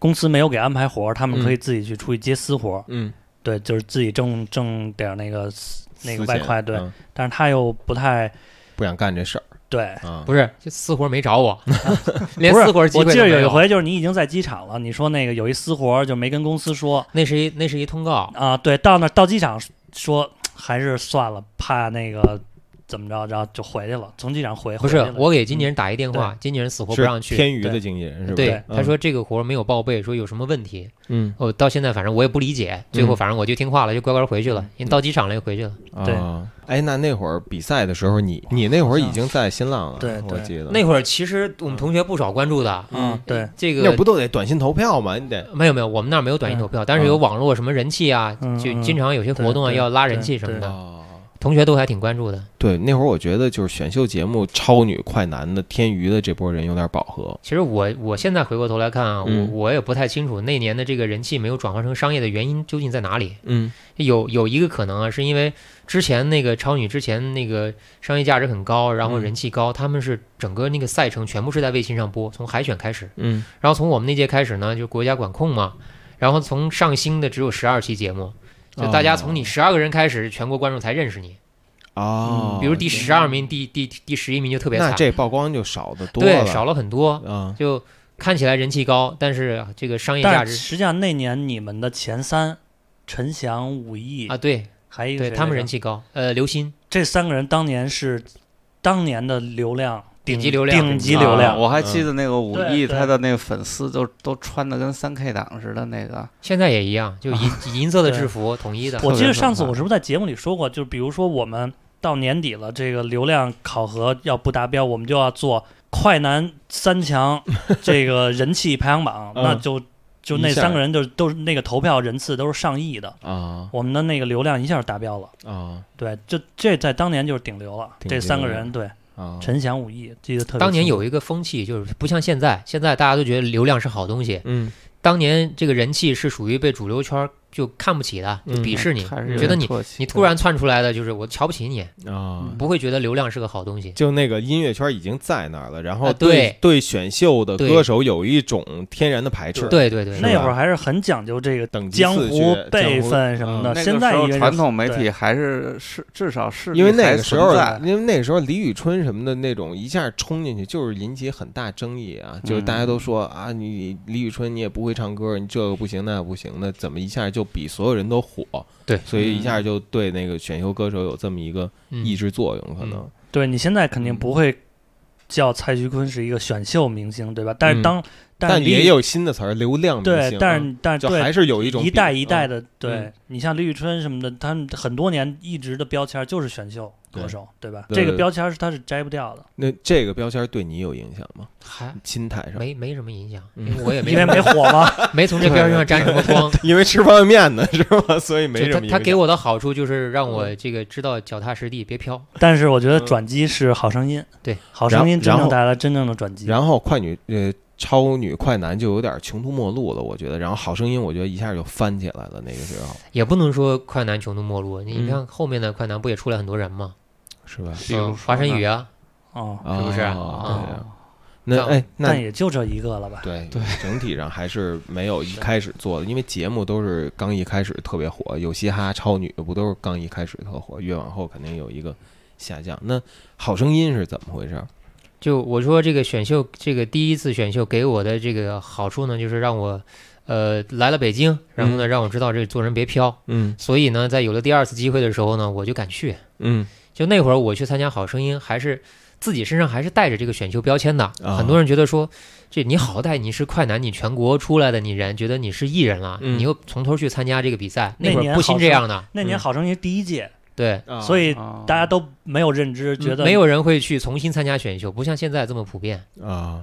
D: 公司没有给安排活儿，他们可以自己去出去接私活儿，
A: 嗯，
D: 对，就是自己挣挣点儿那个私那个
A: 私
D: 外
A: 钱
D: 快，对。
A: 嗯
D: 但是他又不太
A: 不想干这事儿
D: 对，
A: 啊，
C: 不是就私活没找我， 连
D: 不是
C: 私活机
D: 我
C: 会
D: 记
C: 都
D: 得
C: 没
D: 有一
C: 有。
D: 回就是你已经在机场了，你说那个有一私活儿就没跟公司说
C: 那是一那是一通告，
D: 啊，对，到那儿到机场说还是算了，怕那个怎么着，然后就回去了，从机场回
C: 不
D: 回
C: 是
D: 来了
C: 我给经纪人打一电话，经纪人死活不让
A: 是
C: 去。
A: 天娱的经纪人是吧？
C: 对，
A: 嗯
C: 他说这个活没有报备，说有什么问题。
A: 嗯，
C: 我哦到现在反正我也不理解，最
D: 嗯
C: 后反正我就听话了，就乖乖回去了。因为到机场了就回去了。
D: 对
A: 啊，哎，那那会儿比赛的时候，你你那会儿已经在新浪了，
D: 对
A: 我
D: 对
A: 记得
C: 那会儿其实我们同学不少关注的，
D: 嗯对，
C: 这
A: 那
C: 个
A: 不都得短信投票吗？你得
C: 没有没有，我们那儿没有短信投票，但是有网络什么人气啊，
D: 嗯
C: 就
D: 嗯
C: 经常有些活动啊
D: 对对
C: 要拉人气什么
D: 对
C: 的，
A: 哦，
C: 同学都还挺关注的。
A: 对，那会儿我觉得就是选秀节目超女、快男的、天娱的这波人有点饱和，
C: 其实我我现在回过头来看啊，我
A: 嗯
C: 我也不太清楚那年的这个人气没有转化成商业的原因究竟在哪里。
A: 嗯
C: 有有一个可能啊，是因为之前那个超女之前那个商业价值很高，然后
A: 嗯
C: 人气高，他们是整个那个赛程全部是在卫星上播，从海选开始，
A: 嗯
C: 然后从我们那届开始呢，就国家管控嘛，然后从上新的只有十二期节目。就大家从你十二个人开始，全国观众才认识你。
A: 哦，
C: 嗯比如第十二名、第第第十一名就特别
A: 那
C: 惨，
A: 这曝光就少的多
C: 对，
A: 了，
C: 少了很多。
A: 啊，
C: 就看起来人气高，但是这个商业价
D: 但是
C: 值
D: 实际上那年你们的前三，陈翔、武艺
C: 啊，，对
D: 还有一个
C: 对，
D: 谁
C: 他们
D: 来着
C: 人气高。呃，刘鑫
D: 这三个人当年是当年的流量
C: 顶
D: 顶
C: 级流量
D: 顶级流
B: 啊
D: 量。嗯
B: 我还记得那个武
D: 对
B: 艺，
D: 对
B: 他的那个粉丝都都穿的跟三 K 党似的那个，
C: 现在也一样，就银银色的制服，统 一的。
D: 我
B: 特
D: 记
B: 别
D: 得上次
B: 可怕
D: 我是不是在节目里说过，就比如说我们到年底了，这个流量考核要不达标，我们就要做快男三强这个人气排行榜，
A: 嗯
D: 那就就那
A: 一下
D: 三个人就都是那个投票人次都是上亿的，
A: 啊
D: 我们的那个流量一下就达标了。
A: 啊
D: 对，就这在当年就是顶流了。
A: 顶
D: 这三个
A: 流
D: 人，对，
A: 啊，
D: 陈翔、武艺，记得特别清楚。
C: 当年有一个风气，就是不像现在，现在大家都觉得流量是好东西。
A: 嗯
C: 当年这个人气是属于被主流圈儿就看不起的，就鄙视你，
B: 嗯还是有
C: 觉得
B: 点
C: 你
B: 唾弃
C: 你突然窜出来的，就是我瞧不起你，
A: 啊。
B: 嗯
C: 不会觉得流量是个好东西。
A: 就那个音乐圈已经在那儿了，然后
C: 啊
A: 对、
C: 对
A: 选秀的
C: 对
A: 歌手有一种天然的排斥，
C: 对对对，
A: 是吧
D: 那会儿还是很讲究这个
A: 等级
D: 江
A: 次
D: 湖
A: 序
D: 辈
A: 江湖
D: 分什么
A: 嗯
D: 的。
B: 那
D: 现
B: 个
D: 在
B: 时候
D: 因为
B: 传
D: 是
B: 统媒
D: 对
B: 体还是是至少是
A: 因为那个时候
B: 在，
A: 因为那个时候李宇春什么的那种一下冲进去，就是引起很大争议啊，
C: 嗯
A: 就是大家都说啊，你李宇春你也不会唱歌，你这个不行那个不行的，怎么一下就比所有人都火？
C: 对
A: 所以一下就对那个选秀歌手有这么一个
C: 嗯
A: 抑制作用，可能
D: 对你现在肯定
A: 嗯
D: 不会叫蔡徐坤是一个选秀明星，对吧？但
A: 嗯
D: 是当、但
A: 但
D: 是李
A: 也
D: 宇
A: 有新的词儿，流量明
D: 对
A: 星，，
D: 但
A: 嗯
D: 是但是
A: 就还
D: 对
A: 是有一种
D: 一代一代
A: 的
D: 的，对、
A: 嗯
D: 你像李宇春什么的，他们很多年一直的标签就是选秀
A: 对
D: 歌手，对吧？
A: 对
D: 这
A: 对
D: 个标签是他是摘不掉的，
A: 那这个标签对你有影响吗？
C: 还
A: 心态上，
C: 嗯没没什么影响，
A: 嗯
C: 因为 我也没
D: 因为没火嘛。
C: 没从这标签上沾什么光。
A: 因为吃方便面呢，是吧？所以没
C: 就
A: 什
C: 他
A: 么
C: 他给
A: 我
C: 我的好处就是让我这个知道脚踏实地，别飘。
D: 但是我觉得
A: 嗯
D: 转机是好声音，
C: 对，
D: 好
A: 然
D: 声音真
A: 然后
D: 正带来真正的转机。
A: 然后快女呃超女快男就有点穷途末路了，我觉得。然后好声音，我觉得一下就翻起来了，那个时候
C: 也不能说快男穷途末路，你
A: 嗯
C: 你看后面的快男不也出来很多人吗？嗯
A: 是吧？
B: 比如
C: 嗯华晨宇啊，
D: 哦，
C: 是不是
A: 哦
C: 啊
A: 对呀那
C: 那
A: 哎，那
D: 但也就这一个了吧？
A: 对
B: 对，
A: 整体上还是没有一开始做的，因为节目都是刚一开始特别火，有嘻哈、超女不都是刚一开始特火，越往后肯定有一个下降。那好声音是怎么回事？
C: 就我说这个选秀，这个第一次选秀给我的这个好处呢，就是让我，呃，来了北京，然后呢，让我知道这做人别飘。
A: 嗯
C: 所以呢，在有了第二次机会的时候呢，我就敢去。
A: 嗯
C: 就那会儿我去参加《好声音》，还是自己身上还是带着这个选秀标签的。
A: 啊
C: 很多人觉得说，这你好歹你是快男，你全国出来的，你人觉得你是艺人了，
A: 嗯
C: 你又从头去参加这个比赛，
D: 那
C: 会儿
D: 年
C: 不兴
D: 好
C: 这
D: 像
C: 样的。
D: 那
C: 嗯
D: 年好声音第一届，
C: 对，
A: 啊嗯
D: 所以
B: 啊
D: 大家都没有认知，觉得
C: 没有人会去重新参加选秀，不像现在这么普遍。
A: 啊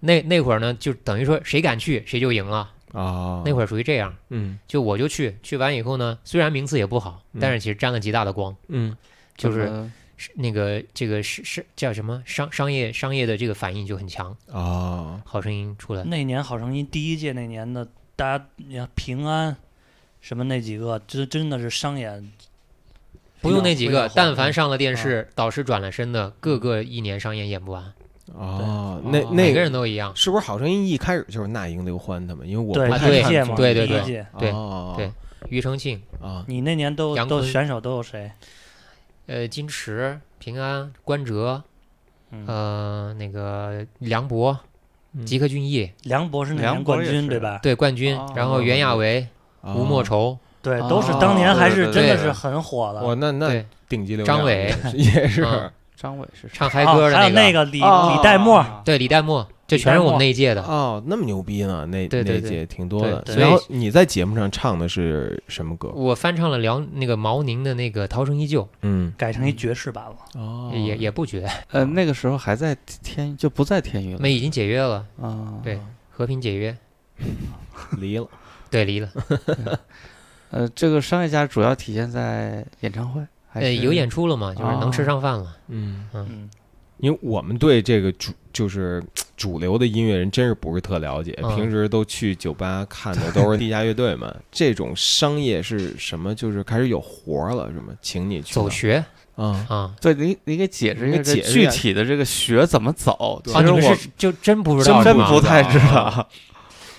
C: 那那会儿呢，就等于说谁敢去谁就赢了。
A: 啊，
C: 那
A: 儿
C: 会儿属于这样，
A: 嗯
C: 就我就去，去完以后呢，虽然名次也不好，
A: 嗯
C: 但是其实沾了极大的光，
A: 嗯
C: 就
B: 怎
C: 是
B: 么
C: 是那个这个是是叫什么商商业商业的这个反应就很强，
A: 啊
C: 好声音出来。
D: 那年好声音第一届那年的，大家你看平安什么那几个，真真的是商演，
C: 不用那几
D: 非常
C: 个，
D: 火嗯
C: 但凡上了电视，导师转了身的，各个一年商演演不完，
A: 啊，
B: 对
A: 那
B: 哦
A: 那
C: 每个人都一样。
A: 是不是好声音一开始就是那英刘欢他们？因为我
D: 对
A: 不
C: 啊
A: 太
D: 第一
A: 看
D: 届嘛，
A: 综
C: 对
A: 艺
C: 对
D: 第一
C: 对
D: 届。
C: 对
A: 哦
C: 对庾澄庆、
A: 啊
D: 你那年都
C: 杨
D: 都
C: 坤
D: 选手都有谁？
C: 呃，金池、平安、关喆，
D: 嗯
C: 呃，那个梁博、
A: 嗯
C: 吉克隽逸，
D: 梁博是那
B: 梁
D: 年
B: 博
D: 冠
B: 也
D: 军
B: 是
D: 对吧？
C: 对冠军
B: 哦，
C: 然后袁娅维、
A: 啊
C: 吴莫愁，
D: 对，
B: 哦
D: 都是当年还是
B: 对
D: 真
C: 对
D: 的
C: 对
D: 是很火的。
A: 哇，那那
C: 对，
A: 顶级流
C: 张
A: 量
C: 伟
A: 也是
C: 嗯
B: 张伟是谁？
C: 唱嗨
D: 哦
C: 歌的
D: 还有
C: 那
D: 那
C: 个，嗯
D: 个李
B: 哦
D: 李代沫，
C: 对李代沫，这全是我们那一届的。
A: 哦，那么牛逼呢？那
C: 对对
A: 那
C: 对
A: 届挺多的。
C: 对
D: 对
A: 然后你在节目上唱的是什么歌？
C: 我翻唱了梁那个毛宁的那个《涛声依旧
A: 嗯，
D: 改成一爵士版了。
A: 哦》，
C: 也也不绝，
B: 呃，那个时候还在天，就不在天娱了
C: 那已经解约了，
B: 啊。
C: 对，和平解约，
A: 离了
C: 对，离了。
B: 呃，这个商业价值主要体现在演唱会，还
C: 呃，
B: 是
C: 有演出了嘛，就是能吃
B: 哦
C: 上饭了。
A: 嗯，
D: 嗯，
A: 因为我们对这个主就是主流的音乐人真是不是特了解，
C: 嗯
A: 平时都去酒吧看的都是地下乐队 嘛。这种商业是什么？就是开始有活儿了，是吗？请你去
C: 走学
A: 啊
C: 啊
B: 对，你你给解释
A: 你
B: 一下
A: 给解
B: 这
A: 释一
B: 具
A: 下
B: 体的这个学怎么走？其
A: 对
C: 啊！
B: 实
C: 你
B: 我
C: 们是就真不知
B: 真
C: 道是
B: 真
C: 吗？
B: 不太知
A: 啊
B: 道。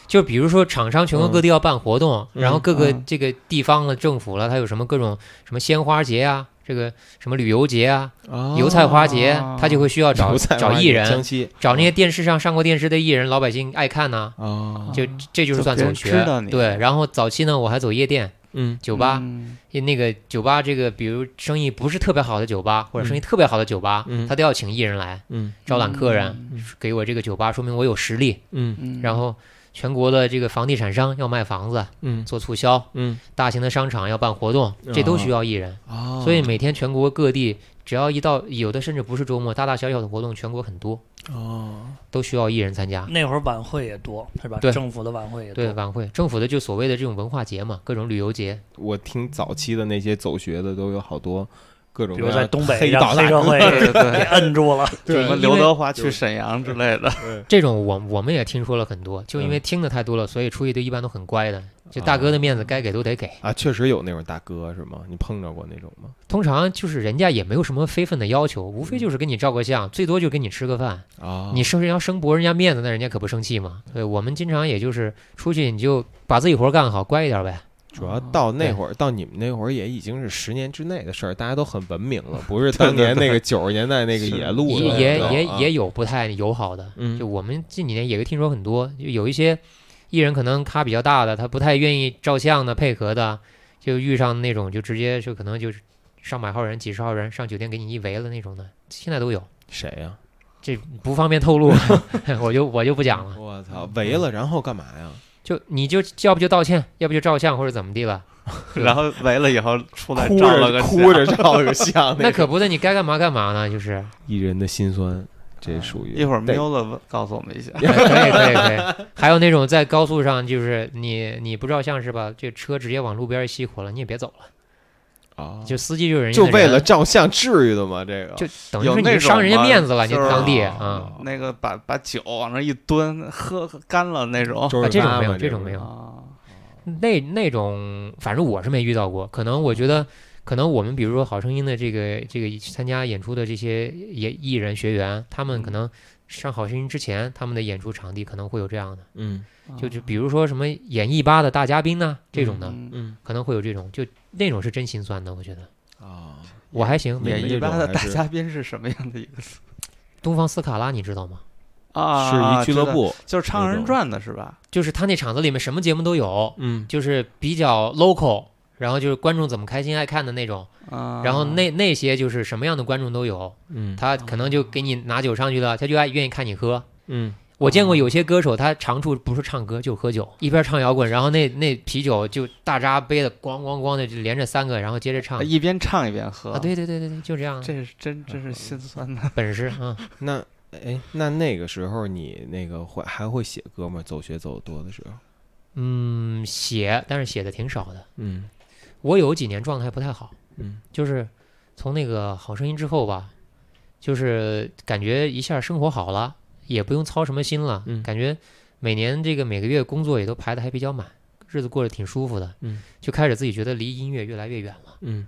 C: 就比如说厂商全国各地要办活动，
A: 嗯
C: 然后各个
B: 嗯
C: 这个地方的政府了，它有什么各种什么鲜花节啊，这个什么旅游节啊、
A: 啊！
C: 油菜花节，它就会需要找
A: 油菜
C: 找
A: 花
C: 艺
A: 江
C: 人，
A: 西
C: 找那些电视上上过电视的艺人，老百姓爱看呐、
A: 啊，
C: 就这就是
B: 就
C: 算
B: 别
C: 走
B: 人
C: 学
B: 知道，你
C: 对。然后早期呢，我还走夜店、
A: 嗯
C: 酒吧，
B: 嗯
C: 因为那个酒吧这个，比如生意不是特别好的酒吧，或者生意特别好的酒吧，
A: 嗯
C: 他都要请艺人来
A: 嗯
C: 招揽客人，
A: 嗯
C: 给我这个酒吧，说明我有实力。
A: 嗯
B: 嗯
C: 然后全国的这个房地产商要卖房子，
A: 嗯
C: 做促销，
A: 嗯
C: 大型的商场要办活动，这都需要艺人。
B: 嗯哦
A: 啊，
C: 所以每天全国各地，只要一到有的甚至不是周末，大大小小的活动全国很多，
A: 哦，
C: 都需要艺人参加。
D: 那会儿晚会也多，是吧？
C: 对
D: 政府的晚会也多
C: 对。晚会，政府的就所谓的这种文化节嘛，各种旅游节，
A: 我听早期的那些走学的都有好多各种
D: 比
A: 各
D: 如
A: 样
D: 在东北
A: 黑
D: 让
A: 道
D: 黑
A: 大
D: 社会
B: 对对
D: 给
B: 对，
D: 摁住了，
B: 就什么
C: 因
B: 刘
C: 为
B: 德华去沈阳之类的，
C: 这种我我们也听说了很多，就因为听的太多了，所以出去都一般都很乖的。就大哥的面子该给都得给，
A: 啊，确实有那种大哥是吗？你碰着过那种吗？
C: 通常就是人家也没有什么非分的要求，无非就是给你照个相，最多就给你吃个饭。
A: 啊，
C: 你生人要生驳人家面子，那人家可不生气嘛。对我们经常也就是出去你就把自己活儿干好，乖一点呗。
A: 主要到那会儿，到你们那会儿也已经是十年之内的事儿，大家都很文明 了，不是当年那个九十年代那个
B: 是
A: 野路
C: 也
A: 的
C: 也
A: 那种
C: 也
A: 啊
C: 也有不太友好的，
A: 嗯
C: 就我们近几年也会听说很多，就有一些艺人可能咖比较大的，他不太愿意照相的配合的，就遇上那种就直接就可能就是上百号人、几十号人上酒店给你一围了那种的，现在都有，
A: 谁呀？
C: 这不方便 透露，我就我就不讲了。
A: 我操，围了，然后干嘛呀？
C: 就你就要不就道歉，要不就照相或者怎么地了，
B: 然后围了以后出来
A: 哭
B: 照了个
A: 着
B: 相
A: 哭着照了个 相，
C: 那可不的，你该干嘛干嘛呢，就是。
A: 艺人的心酸，这属于
B: 一会儿
A: 对
B: 喵了问告诉我们一下。
C: 哎可以可以可以，还有那种在高速上，就是你你不照相是吧？这车直接往路边儿熄火了，你也别走了。
A: 啊，
C: 就司机就是人家
A: 就
C: 的
A: 为
C: 人，
A: 了照相，至于的吗？这个
C: 就等于
B: 有
C: 说
B: 那
C: 你伤
B: 种
C: 人家
B: 吗
C: 面子了，你
B: 就是
C: 当地
A: 啊
C: 啊，
B: 那个把把酒往那儿一蹲，喝干了那种。
A: 哦周
C: 啊
A: 润
C: 这种
A: 发
C: 没有
A: 嘛
C: 这种没有
B: 啊，
C: 那那种反正我是没遇到过，可能我觉得。可能我们比
A: 嗯
C: 如说好声音的这个这个参加演出的这些也艺人学员，他们可能上《好声音》之前，他们的演出场地可能会有这样的，
A: 嗯
C: 就就比如说什么演艺吧的大嘉宾呐、这种的，
B: 嗯
A: 嗯
C: 可能会有这种，就那种是真心酸的，我觉得
A: 啊，
C: 我还行。
A: 演
C: 没
A: 艺
B: 一
A: 吧
B: 般的
A: 还
B: 大
A: 是
B: 嘉宾是什么样的一个词
C: 东方斯卡拉你知道吗？
B: 啊？
A: 是一俱
B: 知
A: 乐
B: 道，
A: 部，
B: 就是唱
A: 那
B: 人
A: 种
B: 传的是吧？
C: 就是他那场子里面什么节目都有，
A: 嗯
C: 就是比较 local，然后就是观众怎么开心爱看的那种，
B: 啊，
C: 然后那那些就是什么样的观众都有，
A: 嗯
C: 他可能就给你拿酒上去了，他就爱愿意看你喝。
A: 嗯
C: 我见过有些歌手，他长处不是唱歌就是喝酒，一边唱摇滚，然后那那啤酒就大扎杯的咣咣咣的就连着三个，然后接着唱
B: 啊一边唱一边喝
C: 啊，，对对对对对，就这样，
B: 这是真真是心酸 的。
C: 本事啊，
A: 那哎，那那个时候你那个会还会写歌吗？走学走得多的时候，
C: 嗯，写但是写的挺少的，
A: 嗯
C: 我有几年状态不太好，
A: 嗯
C: 就是从那个《好声音》之后吧，就是感觉一下生活好了，也不用操什么心了，
A: 嗯
C: 感觉每年这个每个月工作也都排的还比较满，日子过得挺舒服的，
A: 嗯，
C: 就开始自己觉得离音乐越来越远了，
A: 嗯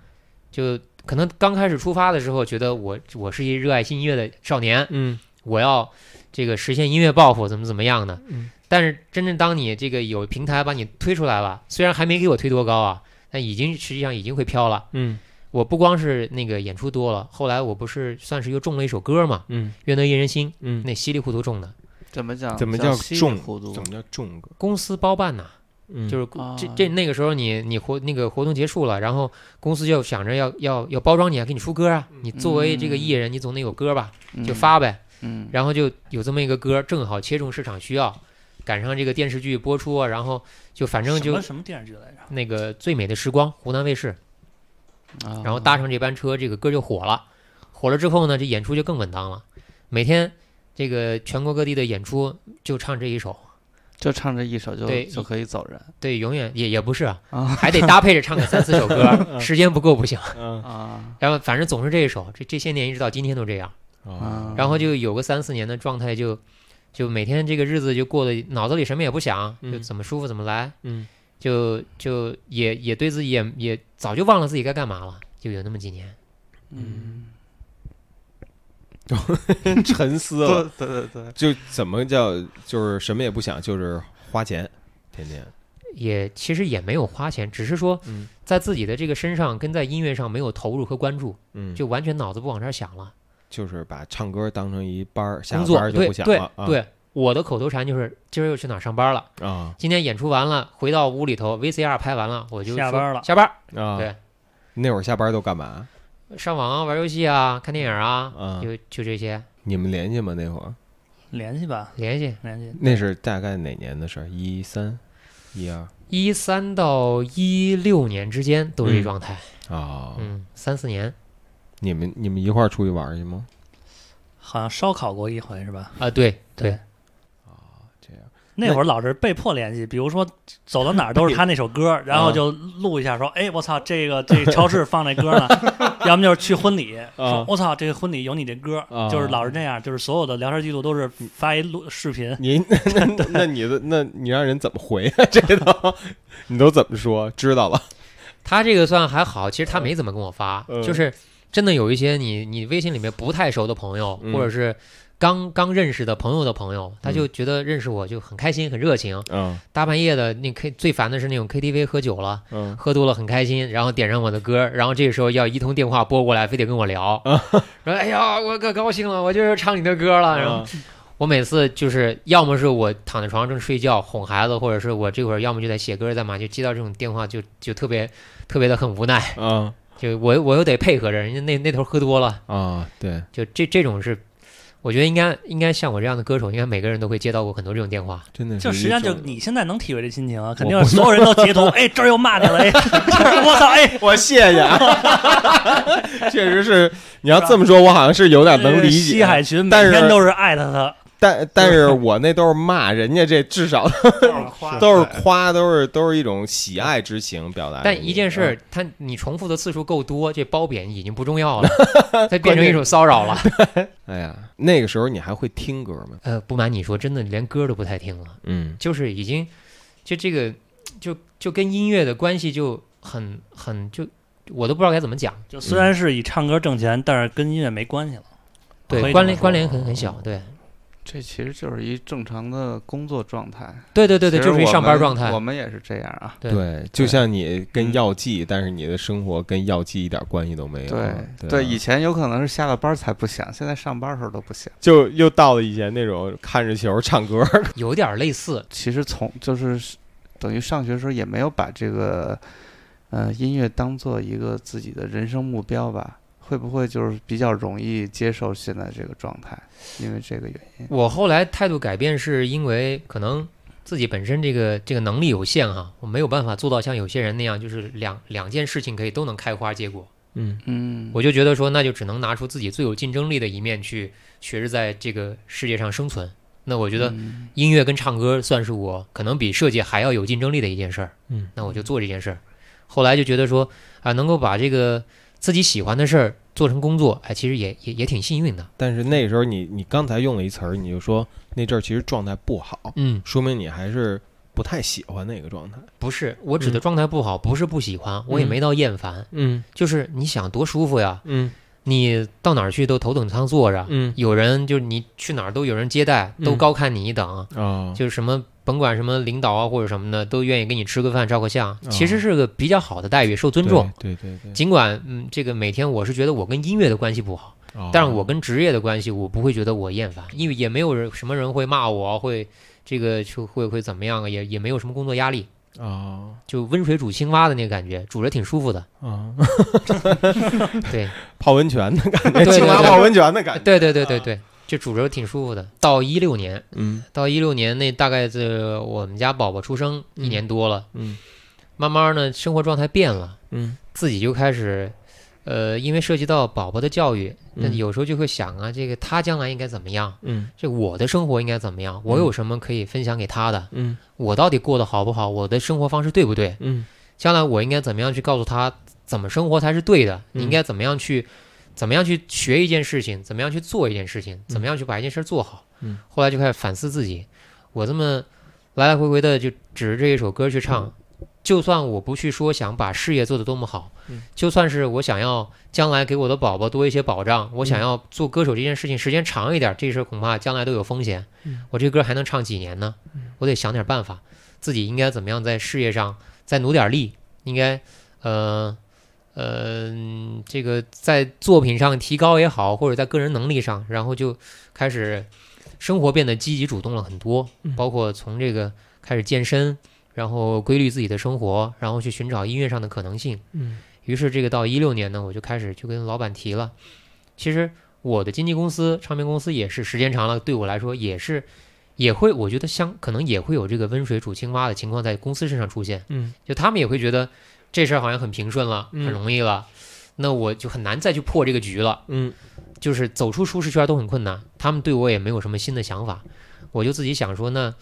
C: 就可能刚开始出发的时候，觉得我我是一热爱新音乐的少年，
A: 嗯
C: 我要这个实现音乐抱负，怎么怎么样的。
A: 嗯
C: 但是真正当你这个有平台把你推出来了，虽然还没给我推多高啊，但已经实际上已经会飘了。
A: 嗯
C: 我不光是那个演出多了，后来我不是算是又中了一首歌嘛，
A: 嗯
C: 《愿得一人心》，
A: 嗯，
C: 那稀里糊涂中的，
B: 怎么讲？
A: 怎么
B: 叫
A: 叫
B: 稀里
A: 重
B: 糊涂
A: 怎么叫重歌？
C: 公司包办呐、
A: 嗯
C: 就是
B: 啊
C: 这这那个时候你你活那个活动结束了，然后公司就想着要要要包装你啊，给你出歌啊，你作为
A: 嗯
C: 这个艺人，你总得有歌吧，就
B: 嗯
C: 发呗。
B: 嗯，
C: 然后就有这么一个歌，正好切中市场需要，赶上这个电视剧播出啊，然后就反正
D: 什么
C: 就
D: 什么电视剧来着？
C: 那个《最美的时光》，湖南卫视，
D: 哦
C: 然
B: 啊
C: 后搭上这班车，这个歌就火了。火了之后呢，这演出就更稳当了，每天这个全国各地的演出就唱这一首，
B: 就唱这一首就
C: 对
B: 就可以走人
C: 对，永远也也不是啊，
B: 啊
C: 还得搭配着唱个三四 首歌，时间不够不行。
A: 嗯
B: 啊
C: 然后反正总是这一首，这这些年一直到今天都这样。
A: 啊
B: 啊！
C: 然后就有个三四年的状态就，就每天这个日子就过得脑子里什么也不想，就
A: 嗯
C: 怎么舒服怎么来，
A: 嗯
C: 就就也也对自己也也早就忘了自己该干嘛了，就有那么几年。
B: 嗯，
A: 沉思
B: 对
A: 了，
B: 对对对，
A: 就怎么叫就是什么也不想，就是花钱，天天
C: 也其实也没有花钱，只是说
A: 嗯
C: 在自己的这个身上跟在音乐上没有投入和关注，
A: 嗯
C: 就完全脑子不往这儿想了。
A: 就是把唱歌当成一班儿，下
C: 工
A: 了
C: 作
A: 班儿就
C: 对
A: 不想
C: 对
A: 了啊
C: 对，我的口头禅就是今儿又去哪儿上班了，
A: 啊
C: 今天演出完了，回到屋里头 VCR 拍完了，我就
D: 下
C: 说
D: 班了
C: 下班儿
A: 啊！
C: 对，
A: 那会儿下班都干嘛
C: 上网啊，玩游戏啊，看电影啊，
A: 啊？
C: 就就这些
A: 你们联系吗？那会儿
D: 联系吧，
C: 联系。
D: 联系。
A: 那是大概哪年的事儿？一三一二
C: 一三到一六年之间都
A: 嗯
C: 是这状态，
A: 啊？
C: 嗯，三四年
A: 你们你们一块儿出去玩儿去吗？
D: 好像烧烤过一回是吧？
C: 啊，对
A: 这
C: 对，
A: 样
D: 那会儿老是被迫联系，比如说走到哪儿 都是他那首歌，
A: 嗯
D: 然后就录一下，说：“哎，我操，这个这超市放这歌 呢。”要么就是去婚礼，说：“我操，这个婚礼有你这歌。
A: 啊嗯
D: 就是老是这样，就是所有的聊天记录都是发一录视频，
A: 你那那那你的那你让人怎么回啊？这都你都怎么说？知道了，
C: 他这个算还好，其实他没怎么跟我发，
A: 嗯
C: 就是真的有一些你你微信里面不太熟的朋友，
A: 嗯
C: 或者是刚刚认识的朋友的朋友，他就觉得认识我就很开心很热情，
A: 嗯
C: 大半夜的那 K 最烦的是那种 KTV 喝酒了。
A: 嗯
C: 喝多了很开心，然后点上我的歌，然后这个时候要一通电话拨过来，非得跟我聊，
A: 啊
C: 说哎呀，我可高兴了，我就是唱你的 歌了。然后
A: 啊
C: 我每次就是要么是我躺在床上正睡觉哄孩子，或者是我这会儿要么就在写歌，在嘛就接到这种电话就就特别特别的很无奈，
A: 啊
C: 就我我又得配合着人家那那头喝多了，
A: 啊！对，
C: 就这这种是，我觉得应该应该像我这样的歌手，应该每个人都会接到过很多这种电话。
A: 真的
D: 就是实
A: 一
D: 际上就
A: 种
D: 你现在能体会这心情啊，
A: 嗯
D: 肯
A: 我
D: 定是所有人都截图，哎，这儿又骂你 了，哎，这儿我操，哎，
A: 我谢谢啊， 确实是。你要这么说，我好像是有点能理
D: 西海
A: 解，
D: 群每
A: 但是
D: 天都是艾特 他，
A: 但但是我那都是骂人家，这至少都是夸，都是都是一种喜爱之情表达。
C: 但一件事儿，它你重复的次数够多，这褒贬已经不重要了，它变成一种骚扰了。
A: 嗯，哎呀，那个时候你还会听歌吗？
C: 呃，不瞒你说，真的连歌都不太听了，
A: 嗯
C: 就是已经就这个就就跟音乐的关系就很很就我都不知道该怎么讲，
D: 就虽然是以唱歌挣钱，但是跟音乐没关系了。
C: 对，
D: 可以
C: 关
D: 这么
C: 联
D: 说嗯
C: 关联很很小，对，
B: 这其实就是一正常的工作状态，
C: 对对对对，
B: 其实
C: 就是一
B: 我
C: 上班
B: 们
C: 状态
B: 我。们也是这样啊，
C: 对
A: 对，就像你跟药剂，但是你的生活跟药剂一点关系都没有。
B: 对
A: 对啊，
B: 以前有可能是下了班才不想，现在上班时候都不想。
A: 就又到了以前那种看着球唱歌。
C: 有点类似，
B: 其实从就是等于上学时候也没有把这个呃音乐当做一个自己的人生目标吧。会不会就是比较容易接受现在这个状态？因为这个原因，
C: 我后来态度改变是因为可能自己本身这个这个能力有限哈，我没有办法做到像有些人那样，就是两两件事情可以都能开花结果。
A: 嗯，
B: 嗯，
C: 我就觉得说，那就只能拿出自己最有竞争力的一面去学着在这个世界上生存。那我觉得
B: 嗯
C: 音乐跟唱歌算是我可能比设计还要有竞争力的一件事儿。
A: 嗯，
C: 那我就做这件事儿。后来就觉得说啊，能够把这个自己喜欢的事儿做成工作，哎，其实也也也挺幸运的。
A: 但是那时候你你刚才用了一词儿，你就说那阵儿其实状态不好，
C: 嗯，
A: 说明你还是不太喜欢那个状态。
C: 不是，我指的
A: 嗯
C: 状态不好，不是不喜欢，我也
A: 嗯
C: 没到厌烦，
A: 嗯
C: 就是你想多舒服呀，
A: 嗯
C: 你到哪儿去都头等舱坐着，
A: 嗯
C: 有人就是你去哪儿都有人接待，都
A: 嗯
C: 高看你一等。
A: 啊，
C: 就是什么甭管什么领导啊或者什么的，都愿意跟你吃个饭照个相，其实
A: 哦
C: 是个比较好的待遇，受尊重。
A: 对对对，
C: 尽管嗯，这个每天我是觉得我跟音乐的关系不好，
A: 哦
C: 但是我跟职业的关系我不会觉得我厌烦，因为也没有人什么人会骂我，会这个就会会怎么样啊，也也没有什么工作压力，
A: 啊
C: 就温水煮青蛙的那个感觉，煮着挺舒服的。
A: 啊，
C: 对
A: 泡温泉的感
C: 哦对
A: 觉，
C: 对
A: 青蛙
C: 对
A: 泡温泉的感觉。
C: 对对对对对，就煮着挺舒服的。到一六年，
A: 嗯
C: 到一六年那大概这我们家宝宝出生一年多了，
A: 嗯
C: 慢慢呢生活状态变了。
A: 嗯
C: 自己就开始，呃，因为涉及到宝宝的教育，那
A: 嗯
C: 有时候就会想啊，这个他将来应该怎么样？
A: 嗯
C: 这我的生活应该怎么样？我有什么可以分享给他的？
A: 嗯
C: 我到底过得好不好？我的生活方式对不对？
A: 嗯
C: 将来我应该怎么样去告诉他怎么生活才是对的？
A: 嗯
C: 你应该怎么样去，怎么样去学一件事情？怎么样去做一件事情？怎么样去把一件事做好？
A: 嗯，
C: 后来就开始反思自己，我这么来来回回的就指着这一首歌去
A: 嗯
C: 唱，就算我不去说想把事业做得多么好，
A: 嗯
C: 就算是我想要将来给我的宝宝多一些保障，
A: 嗯
C: 我想要做歌手这件事情时间长一点，这事儿恐怕将来都有风险。
A: 嗯
C: 我这歌还能唱几年呢？我得想点办法，自己应该怎么样在事业上再努点力，应该呃呃嗯这个在作品上提高也好，或者在个人能力上，然后就开始生活变得积极主动了很多，
A: 嗯
C: 包括从这个开始健身，然后规律自己的生活，然后去寻找音乐上的可能性。
A: 嗯
C: 于是这个到一六年呢，我就开始就跟老板提了。其实我的经纪公司、唱片公司也是时间长了，对我来说也是也会，我觉得相可能也会有这个温水煮青蛙的情况在公司身上出现。
A: 嗯，
C: 就他们也会觉得这事儿好像很平顺了，
A: 嗯
C: 很容易了，那我就很难再去破这个局了。
A: 嗯
C: 就是走出舒适圈都很困难，他们对我也没有什么新的想法，我就自己想说，那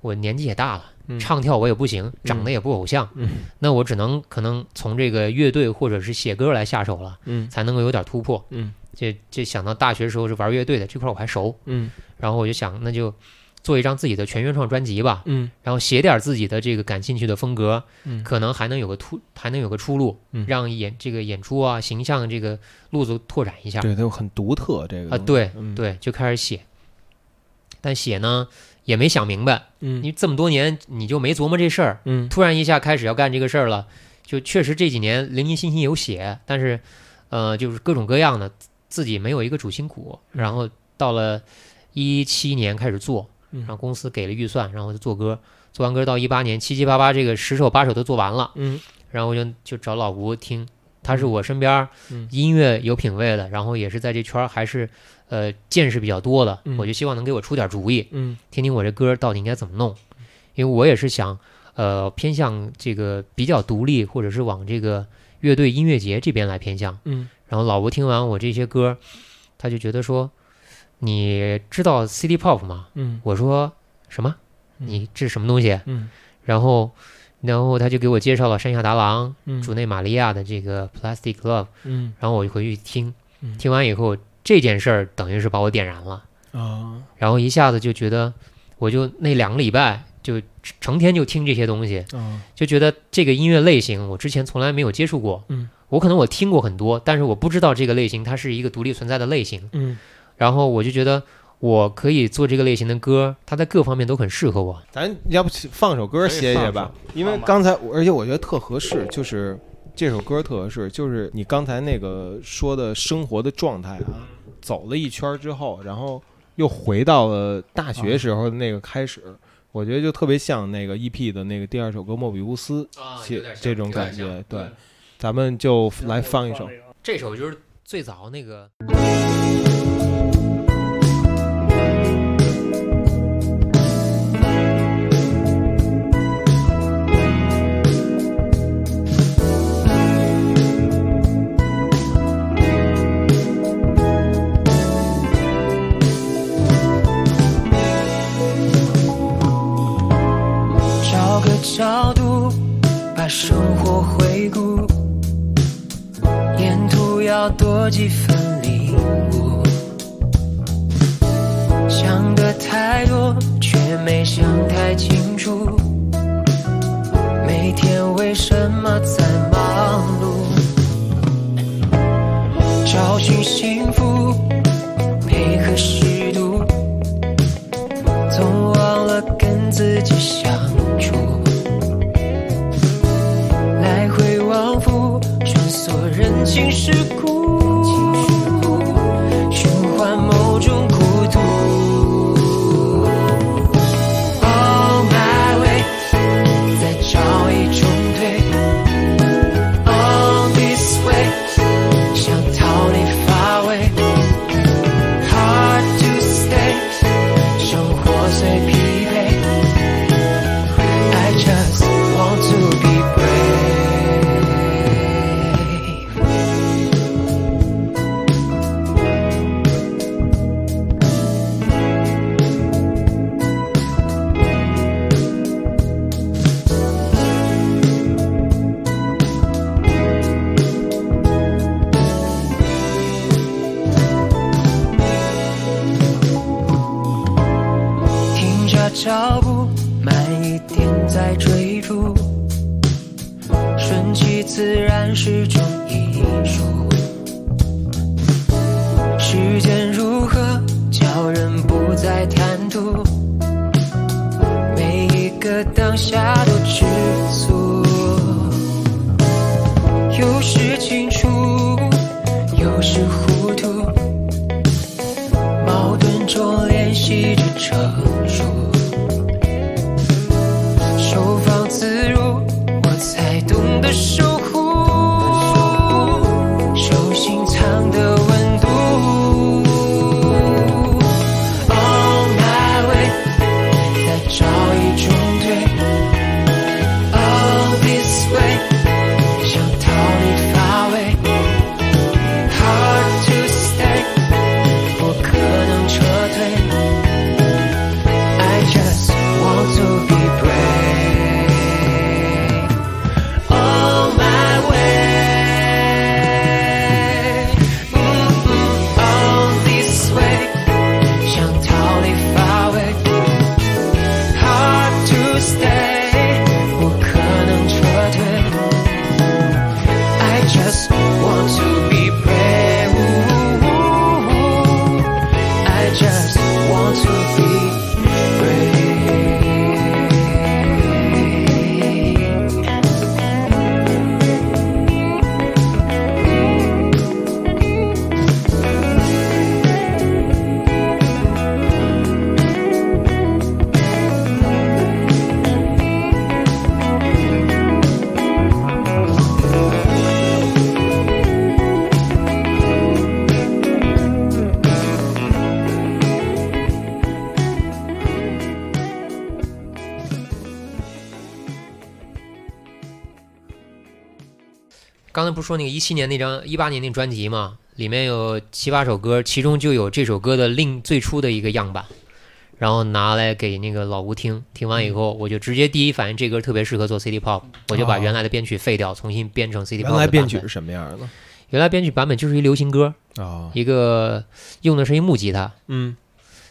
C: 我年纪也大了，
A: 嗯
C: 唱跳我也不行，长得也不偶像，
A: 嗯
C: 那我只能可能从这个乐队或者是写歌来下手了，
A: 嗯
C: 才能够有点突破。
A: 嗯
C: 这这想到大学时候是玩乐队的这块儿我还熟，
A: 嗯
C: 然后我就想那就做一张自己的全原创专辑吧，
A: 嗯
C: 然后写点自己的这个感兴趣的风格，
A: 嗯
C: 可能还能有个突还能有个出路
A: 嗯，
C: 让演这个演出啊形象这个路子拓展一下。
A: 对，它很独特这个
C: 啊，
A: 东西
C: 对
A: 嗯
C: 对，就开始写，但写呢也没想明白，
A: 嗯
C: 你这么多年你就没琢磨这事儿，
A: 嗯
C: 突然一下开始要干这个事儿了，就确实这几年零零星星有写，但是呃就是各种各样的，自己没有一个主心骨，然后到了一七年开始做，
A: 嗯
C: 然后公司给了预算，然后就做歌，做完歌到一八年七七八八这个十首八首都做完了。
A: 嗯
C: 然后我就就找老吴听，他是我身边儿
A: 嗯
C: 音乐有品位的，然后也是在这圈儿还是呃见识比较多的，
A: 嗯
C: 我就希望能给我出点主意，
A: 嗯
C: 听听我这歌到底应该怎么弄，因为我也是想呃偏向这个比较独立，或者是往这个乐队音乐节这边来偏向。
A: 嗯
C: 然后老吴听完我这些歌，他就觉得说，你知道 City Pop 吗？
A: 嗯
C: 我说什么？
A: 嗯
C: 你这是什么东西？
A: 嗯
C: 然后，然后他就给我介绍了山下达郎，
A: 嗯
C: 主内玛利亚的这个 Plastic Love，
A: 嗯
C: 然后我就回去听
A: 嗯，
C: 听完以后这件事儿等于是把我点燃了，
A: 啊
C: 然后一下子就觉得，我就那两个礼拜就成天就听这些东西，
A: 啊
C: 就觉得这个音乐类型我之前从来没有接触过，
A: 嗯，
C: 我可能我听过很多，但是我不知道这个类型它是一个独立存在的类型，
A: 嗯
C: 然后我就觉得我可以做这个类型的歌，它在各方面都很适合我。
A: 咱要不放首歌歇歇吧，因为
B: 放吧
A: 刚才我而且我觉得特合适，就是这首歌特合适，就是你刚才那个说的生活的状态啊，走了一圈之后，然后又回到了大学时候的那个开始，我觉得就特别像那个 EP 的那个第二首歌《莫比乌斯》
C: 啊
A: 其这种感觉，对，
C: 嗯
A: 咱们就来放一首。
C: 这首就是最早那个。
E: 找个角度，把生活回顾，沿途要多几分领悟。想的太多，却没想太清楚。每天为什么在忙碌？找寻幸福，配合适度。总忘了跟自己相处，来回往复，穿梭人情世故，循环某种孤独。Oh my way，再找一种对。On this way，想逃离乏味。Hard to stay。生活虽疲惫，I just want to be brave。停下脚步，慢一点再追逐，顺其自然是种艺术。时间如何，叫人不再贪图，每一个当下都知足。有时清楚，有时糊涂。矛盾中练习着成熟，收放自如，我才懂得守护，手心藏的温度。On my way，再找一种对。On this way，想逃离乏味。Hard to stay。不可能撤退。I just want to be brave on my way，on this way，想逃离乏味。Hard to stay，不可能撤退。I just want to be brave. I just want to be brave.
C: 刚才不是说那个一七年那张、一八年那专辑嘛，里面有七八首歌，其中就有这首歌的另最初的一个样板，然后拿来给那个老吴听，听完以后，我就直接第一反应，这歌特别适合做 City Pop，我就把原来的编曲废掉，重新编成 City Pop。
A: 哦原来编曲是，什么样的
C: 原来编曲版本就是一流行歌，
A: 啊？
C: 一个用的是一木吉他，
A: 嗯，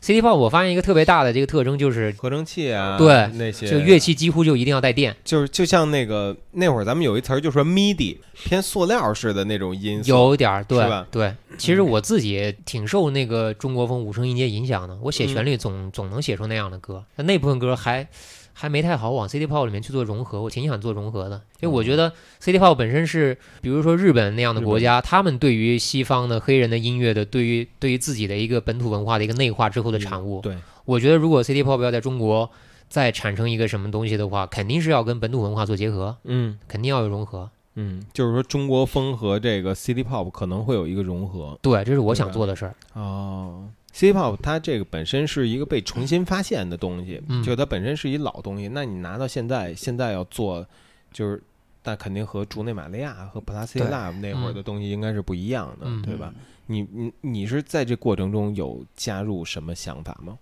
C: ，City Pop 我发现一个特别大的这个特征就是，
A: 合成器啊，
C: 对
A: 那些
C: 就乐器几乎就一定要带电。
A: 就是就像那个那会儿咱们有一词儿就说 MIDI 偏塑料似的那种音色，
C: 有点儿
A: 是
C: 对
A: 吧
C: 对，其实我自己也挺受那个中国风五声音阶影响的，我写
A: 嗯
C: 旋律总、总能写出那样的歌，但那部分歌还还没太好往 City Pop 里面去做融合，我挺想做融合的，因为我觉
A: 嗯
C: 得 City Pop 本身是，比如说日本那样的国家，他们对于西方的黑人的音乐的，对于对于自己的一个本土文化的一个内化之后的产
A: 嗯
C: 物，
A: 对，
C: 我觉得如果 City Pop 要在中国再产生一个什么东西的话，肯定是要跟本土文化做结合，
A: 嗯
C: 肯定要有融合，
A: 嗯，就是说中国风和这个 City Pop 可能会有一个融合，
C: 对，这是我想
A: 对啊
C: 做的事儿。
A: 哦，City Pop 它这个本身是一个被重新发现的东西，
C: 嗯
A: 就它本身是一老东西。那你拿到现在，现在要做，就是那肯定和竹内玛利亚和普拉斯蒂纳那会儿的东西应该是不一样的，
C: 嗯
A: 对吧？你你你是在这过程中有加入什么想法吗？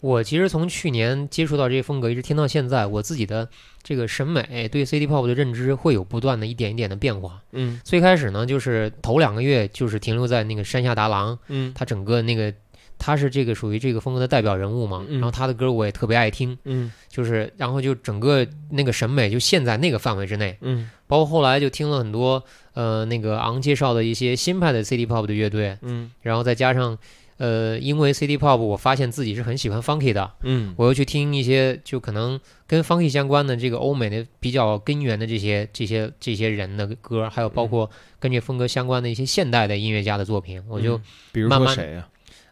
C: 我其实从去年接触到这些风格，一直听到现在，我自己的这个审美对 City Pop 的认知会有不断的一点一点的变化。
A: 嗯
C: 最开始呢，就是头两个月就是停留在那个山下达郎，
A: 嗯
C: 他整个那个他是这个属于这个风格的代表人物嘛，
A: 嗯
C: 然后他的歌我也特别爱听，
A: 嗯
C: 就是然后就整个那个审美就陷在那个范围之内。
A: 嗯
C: 包括后来就听了很多呃那个昂介绍的一些新派的 City Pop 的乐队，
A: 嗯
C: 然后再加上呃因为 City Pop 我发现自己是很喜欢 Funky 的。
A: 嗯
C: 我又去听一些就可能跟 funky 相关的这个欧美的比较根源的这些这些这些人的歌，还有包括跟这风格相关的一些现代的音乐家的作品，我就、
A: 嗯比如
C: 慢
A: 说
C: 慢
A: 谁啊呀、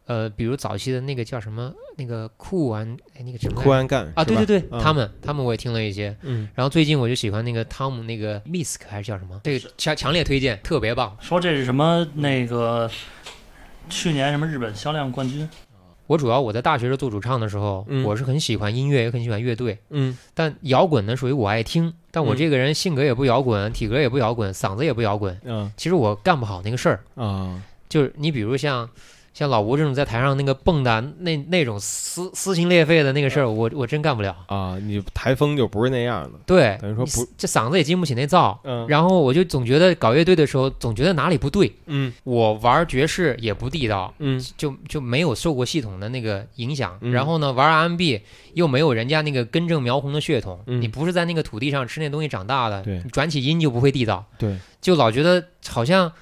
C: 呃，比如早期的那个叫什么那个酷玩，哎，那个什
A: 啊？
C: 么
A: 库安干
C: 啊，对对对，
A: 嗯
C: 他们他们我也听了一些，
A: 嗯
C: 然后最近我就喜欢那个汤姆那个 Misk 还是叫什么，这个强强烈推荐，特别棒。
D: 说这是什么那个去年什么日本销量冠军，
C: 我主要我在大学时候做主唱的时候，
A: 嗯
C: 我是很喜欢音乐，也很喜欢乐队，
A: 嗯
C: 但摇滚呢属于我爱听，但我
A: 嗯
C: 这个人性格也不摇滚，体格也不摇滚，嗓子也不摇滚，
A: 嗯
C: 其实我干不好那个事儿。
A: 啊
C: 就是你比如像像老吴这种在台上那个蹦的那那种撕撕心裂肺的那个事
A: 嗯
C: 儿，我我真干不了。
A: 啊！你台风就不是那样的，
C: 对，
A: 等于说
C: 你
A: 不
C: 这嗓子也经不起那燥。
A: 嗯
C: 然后我就总觉得搞乐队的时候，总觉得哪里不对。
A: 嗯
C: 我玩爵士也不地道，
A: 嗯
C: 就就没有受过系统的那个影响。
A: 嗯
C: 然后呢，玩 R&B 又没有人家那个根正苗红的血统，
A: 嗯
C: 你不是在那个土地上吃那东西长大的，
A: 对
C: 你转起音就不会地道。
A: 对，
C: 就老觉得好像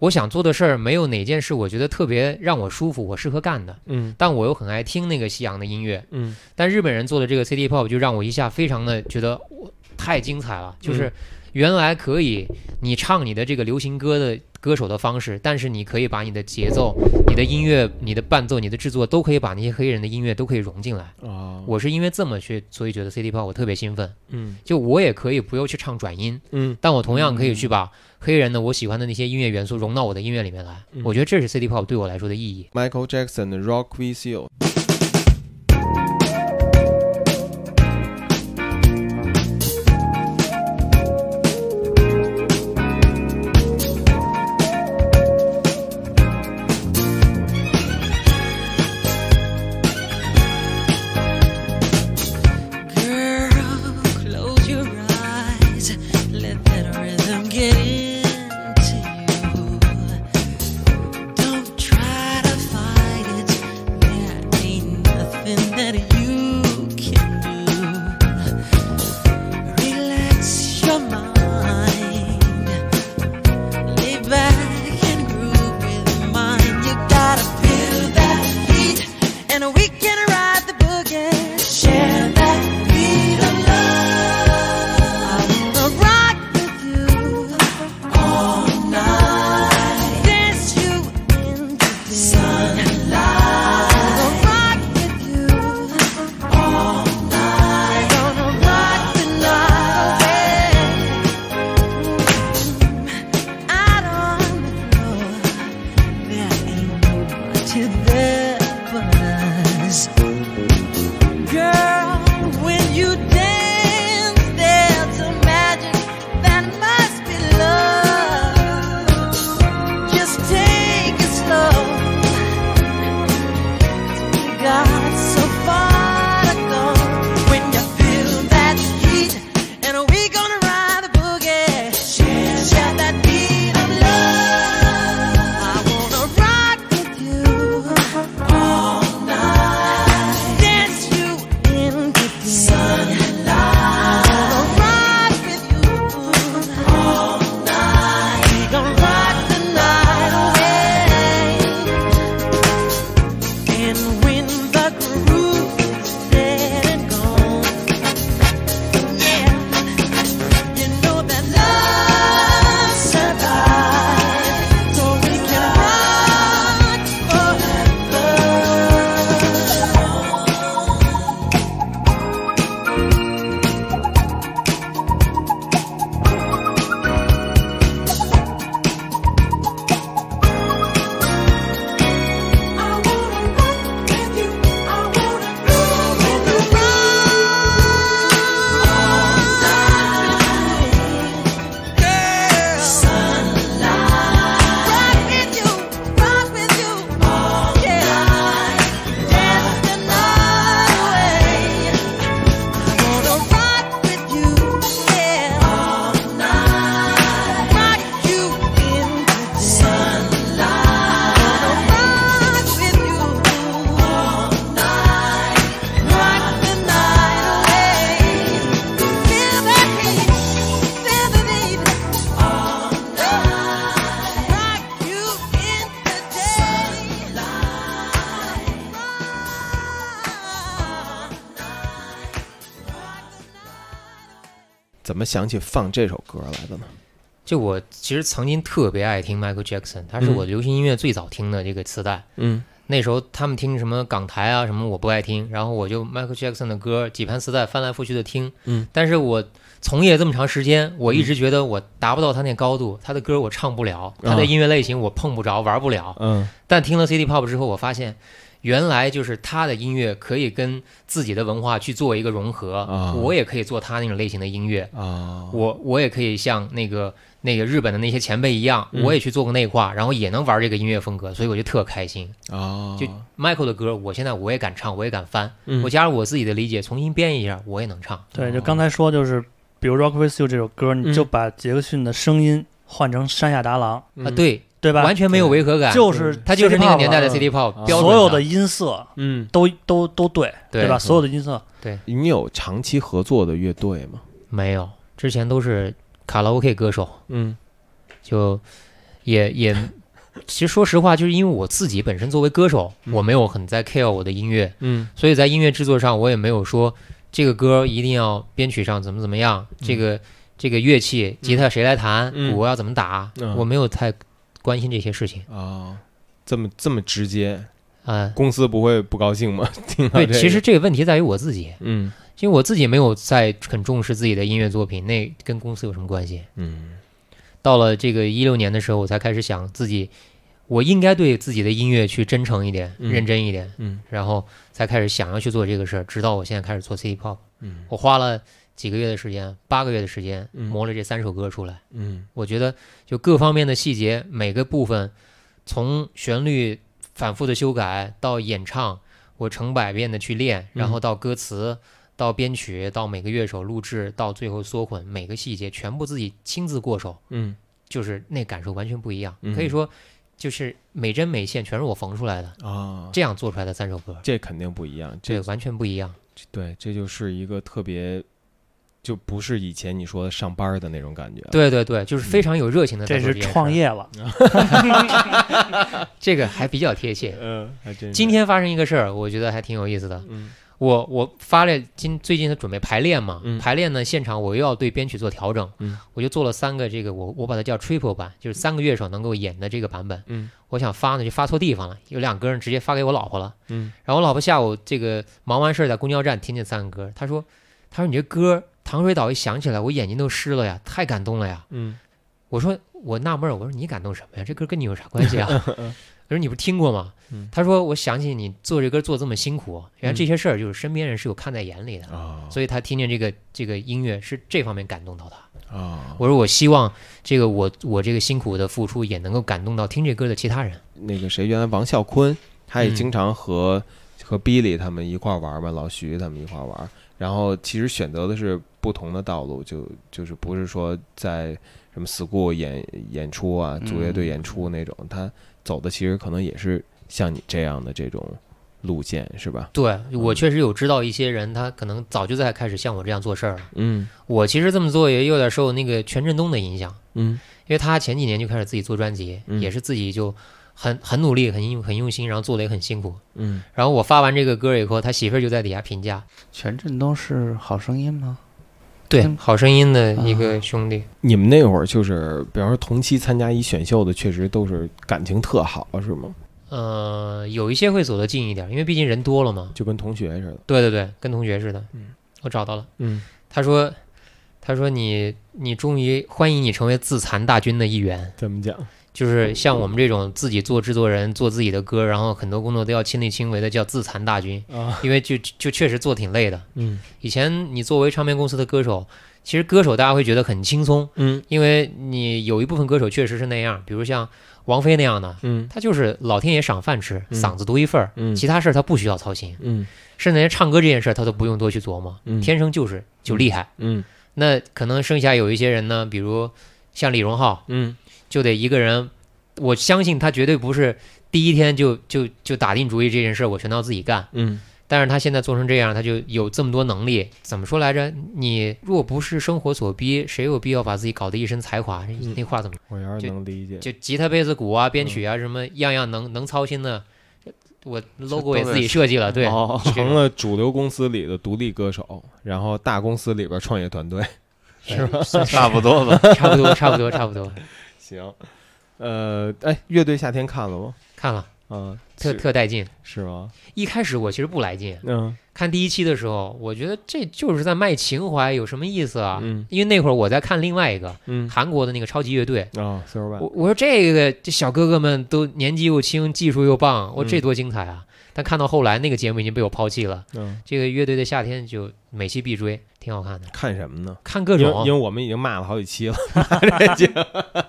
C: 我想做的事儿，没有哪件事我觉得特别让我舒服，我适合干的。
A: 嗯
C: 但我又很爱听那个西洋的音乐，
A: 嗯
C: 但日本人做的这个 City Pop 就让我一下非常的觉得我太精彩了，
A: 嗯
C: 就是原来可以你唱你的这个流行歌的歌手的方式，但是你可以把你的节奏、你的音乐、你的伴奏、你的制作都可以把那些黑人的音乐都可以融进来。
A: 啊
C: 我是因为这么去，所以觉得 City Pop 我特别兴奋。
A: 嗯
C: 就我也可以不用去唱转音，
A: 嗯
C: 但我同样可以去把黑人的我喜欢的那些音乐元素融到我的音乐里面来。
A: 嗯
C: 我觉得这是 City Pop 对我来说的意义。
A: Michael Jackson 的 Rock With You。
E: Girl, close your eyes. Let that rhythm get into you. Don't try to fight it. There ain't nothing that you can do. Relax your mind. Lay back and groove with mine. You gotta feel that beat, and we can ride the boogie. Share that beat of love. I wanna rock with you.
A: 怎么想起放这首歌来的呢？
C: 就我其实曾经特别爱听 Michael Jackson，他是我
A: 嗯
C: 流行音乐最早听的这个磁带。
A: 嗯
C: 那时候他们听什么港台啊什么我不爱听，然后我就 Michael Jackson 的歌几盘磁带翻来覆去的听。
A: 嗯，
C: 但是我从业这么长时间，我一直觉得我达不到他那高度，他的歌我唱不了，
A: 啊
C: 他的音乐类型我碰不着，玩不了。
A: 嗯
C: 但听了 City Pop 之后，我发现原来就是他的音乐可以跟自己的文化去做一个融合，
A: 啊
C: 我也可以做他那种类型的音乐。
A: 啊，
C: 我我也可以像那个那个日本的那些前辈一样，
A: 嗯
C: 我也去做过内化，然后也能玩这个音乐风格，所以我就特开心。
A: 啊，
C: 就 Michael 的歌，我现在我也敢唱，我也敢翻，
A: 嗯
C: 我加入我自己的理解，重新编一下，我也能唱。啊
D: 对，就刚才说就是，比如《Rock with You》这首歌，你
C: 嗯
D: 就把杰克逊的声音换成山下达郎，
A: 嗯
C: 啊，，对，
D: 对嗯吧？
C: 完全没有违和感，
D: 就是
C: 它就是那
D: City
C: 个
D: Pop
C: 年代的
D: 了
C: City Pop，、
A: 啊
C: 标准
D: 所有的音色
A: 嗯，
D: 都都都对，
C: 对
D: 吧？
C: 嗯
D: 所有的音色，
A: 你有长期合作的乐队吗？
C: 没有，之前都是卡拉 OK 歌手，
A: 嗯
C: 就也也，其实说实话，就是因为我自己本身作为歌手，
D: 嗯
C: 我没有很在 care 我的音乐，
A: 嗯
C: 所以在音乐制作上，我也没有说这个歌一定要编曲上怎么怎么样，这个这个乐器吉他谁来弹，
A: 嗯
C: 鼓要怎么打，
A: 嗯
C: 我没有太关心这些事情
A: 啊，这么这么直接，
C: 啊。
A: 公司不会不高兴吗？ 听到
C: 对，
A: 这个
C: 其实这个问题在于我自己，
A: 嗯
C: 因为我自己没有在很重视自己的音乐作品，那跟公司有什么关系？
A: 嗯
C: 到了这个一六年的时候，我才开始想自己，我应该对自己的音乐去真诚一点、
A: 嗯
C: 认真一点，
A: 嗯
C: 然后才开始想要去做这个事儿。直到我现在开始做 City Pop，
A: 嗯
C: 我花了几个月的时间，八个月的时间
A: 嗯
C: 磨了这三首歌出来。
A: 嗯
C: 我觉得就各方面的细节，每个部分从旋律反复的修改到演唱，我成百遍的去练，然
D: 嗯
C: 后到歌词。到编曲，到每个乐手录制，到最后缩混，每个细节全部自己亲自过手，
A: 嗯
C: 就是那感受完全不一样。
A: 嗯
C: 可以说，就是每针每线全是我缝出来的，
A: 啊，
C: 这样做出来的三首歌，
A: 这肯定不一样，这
C: 这完全不一样。
D: 嗯
A: 对，这就是一个特别，就不是以前你说的上班儿的那种感觉了。
C: 对对对，就是非啊常有热情的。
D: 这是创，业了。
C: 这个还比较贴切。
A: 嗯，还真是
C: 今天发生一个事儿，我觉得还挺有意思的。
A: 嗯
C: 我我发了今最近的准备排练嘛，
A: 嗯
C: 排练呢现场我又要对编曲做调整，
A: 嗯
C: 我就做了三个这个我我把它叫 triple 版，就是三个乐手能够演的这个版本。
A: 嗯
C: 我想发呢就发错地方了，有两个人直接发给我老婆了。
A: 嗯
C: 然后我老婆下午这个忙完事儿在公交站听见三个歌，她说：“她说你这歌《糖水岛》一响起来，我眼睛都湿了呀，太感动了呀。
A: 嗯”
C: 我说：“我纳闷儿，我说你感动什么呀？这歌跟你有啥关系啊？”我说：“你不是听过吗
A: 嗯？”
C: 她说：“我想起你做这歌做这么辛苦，原来这些事儿就是身边人是有看在眼里的，
A: 啊
C: 嗯所以她听见这个这个音乐是这方面感动到她。”
A: 啊，
C: 我说：“我希望这个我我这个辛苦的付出也能够感动到听这歌的其他人。
A: 那个谁，原来王啸坤，他也
C: 嗯
A: 经常和、和 Billy 他们一块儿玩嘛，老徐他们一块儿玩。然后其实选择的是不同的道路，就就是不是说在什么 school 演演出啊，
B: 嗯
A: 组乐队演出那种，他走的其实可能也是像你这样的这种路线，是吧？
C: 对我确实有知道一些人，他可能早就在开始像我这样做事儿了。
A: 嗯
C: 我其实这么做也有点受那个全振东的影响，
A: 嗯
C: 因为他前几年就开始自己做专辑，
A: 嗯
C: 也是自己就很很努力、很用很用心，然后做的也很辛苦。
A: 嗯，
C: 然后我发完这个歌以后，他媳妇儿就在底下评价，
B: 全振东是好声音吗？
C: 对
B: 嗯
C: 《好声音》的一
A: 啊
C: 个兄弟，
A: 你们那会儿就是，比方说同期参加一选秀的，确实都是感情特好，是吗？
C: 呃，有一些会走得近一点，因为毕竟人多了嘛。
A: 就跟同学似的。
C: 对对对，跟同学似的。
A: 嗯，
C: 我找到了，
A: 嗯
C: 他说，他说你你终于欢迎你成为自残大军的一员。
A: 怎么讲？
C: 就是像我们这种自己做制作人、做自己的歌，然后很多工作都要亲力亲为的，叫自残大军
A: 啊。
C: 因为就就确实做挺累的。
A: 嗯
C: 以前你作为唱片公司的歌手，其实歌手大家会觉得很轻松，
A: 嗯
C: 因为你有一部分歌手确实是那样，比如像王菲那样的，
A: 嗯
C: 她就是老天爷赏饭吃，
A: 嗯
C: 嗓子独一份儿，
A: 嗯
C: 其他事儿她不需要操心，
A: 嗯
C: 甚至连唱歌这件事儿她都不用多去琢磨，
A: 嗯
C: 天生就是就厉害。
A: 嗯
C: 那可能剩下有一些人呢，比如像李荣浩，
A: 嗯
C: 就得一个人。我相信他绝对不是第一天就就就打定主意这件事儿我全都要自己干。
A: 嗯
C: 但是他现在做成这样，他就有这么多能力。怎么说来着？你若不是生活所逼，谁有必要把自己搞得一身才华？
B: 嗯
C: 那话怎么？
A: 我要是
C: 就
A: 能理解，
C: 就吉他、贝斯、鼓啊、编曲啊，什么样样能能操心的，我 logo
B: 都
C: 也
B: 得
C: 自己设计了，对，
B: 哦
C: 这种
A: 成了主流公司里的独立歌手，然后大公司里边创业团队， 是吧？
C: 算 是
B: 差不多吧。
C: 差不多，差不多，差不多。
A: 行，呃，哎，乐队夏天看了吗？
C: 看了，
A: 啊，
C: 特
A: 是
C: 特带劲。
A: 是吗？
C: 一开始我其实不来劲，
A: 嗯
C: 看第一期的时候，我觉得这就是在卖情怀，有什么意思啊？
A: 嗯
C: 因为那会儿我在看另外一个
A: 嗯
C: 韩国的那个超级乐队，
A: 啊，四十万
C: 我我说这个这小哥哥们都年纪又轻，技术又棒，我说
A: 嗯
C: 这多精彩啊！但看到后来那个节目已经被我抛弃了，
A: 嗯，
C: 这个乐队的夏天就每期必追，挺好看的，
A: 看什么呢？
C: 看各
A: 因为因为
C: 种，
A: 我们已经骂了好几期了，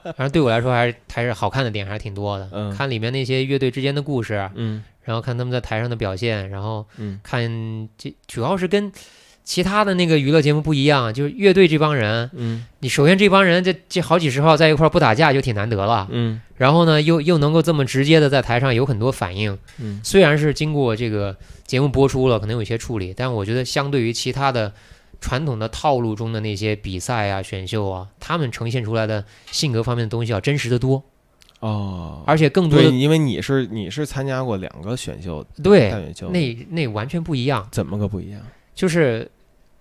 C: 反正对我来说还是还是好看的点还是挺多的。
A: 嗯
C: 看里面那些乐队之间的故事，啊
A: 嗯
C: 然后看他们在台上的表现，然后
A: 嗯
C: 看这主要是跟其他的那个娱乐节目不一样，就是乐队这帮人，
A: 嗯
C: 你首先这帮人这这好几十号在一块儿不打架就挺难得了，
A: 嗯
C: 然后呢又又能够这么直接的在台上有很多反应，
A: 嗯
C: 虽然是经过这个节目播出了，可能有一些处理，但我觉得相对于其他的传统的套路中的那些比赛啊、选秀啊，他们呈现出来的性格方面的东西要真实的多，
A: 哦，
C: 而且更多
A: 对，
C: 的
A: 因为你是你是参加过两个选秀，
C: 对
A: 大选秀，
C: 那那完全不一样。
A: 怎么个不一样？
C: 就是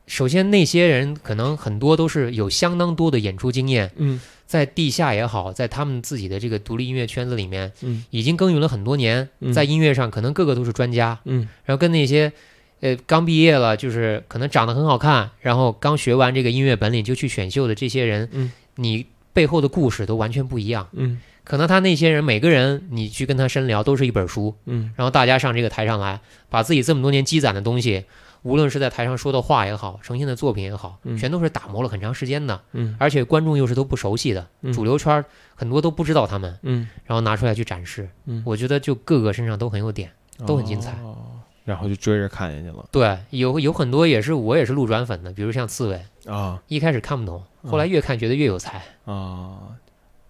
C: 首先那些人可能很多都是有相当多的演出经验，
A: 嗯
C: 在地下也好，在他们自己的这个独立音乐圈子里面，
A: 嗯
C: 已经耕耘了很多年，
A: 嗯
C: 在音乐上可能个个都是专家，
A: 嗯
C: 然后跟那些。呃，刚毕业了，就是可能长得很好看，然后刚学完这个音乐本领就去选秀的这些人，
A: 嗯
C: 你背后的故事都完全不一样。
A: 嗯
C: 可能他那些人每个人，你去跟他深聊，都是一本书，
A: 嗯
C: 然后大家上这个台上来，把自己这么多年积攒的东西，无论是在台上说的话也好，呈现的作品也好
A: 嗯，
C: 全都是打磨了很长时间的，
A: 嗯
C: 而且观众又是都不熟悉的，
A: 嗯
C: 主流圈儿很多都不知道他们，
A: 嗯
C: 然后拿出来去展示，
A: 嗯
C: 我觉得就各个身上都很有点。都很精彩
A: 哦然后就追着看下去了
C: 对，有有很多也是我也是路转粉的，比如像刺猬，
A: 啊
C: 一开始看不懂，
A: 嗯
C: 后来越看觉得越有才，
A: 啊！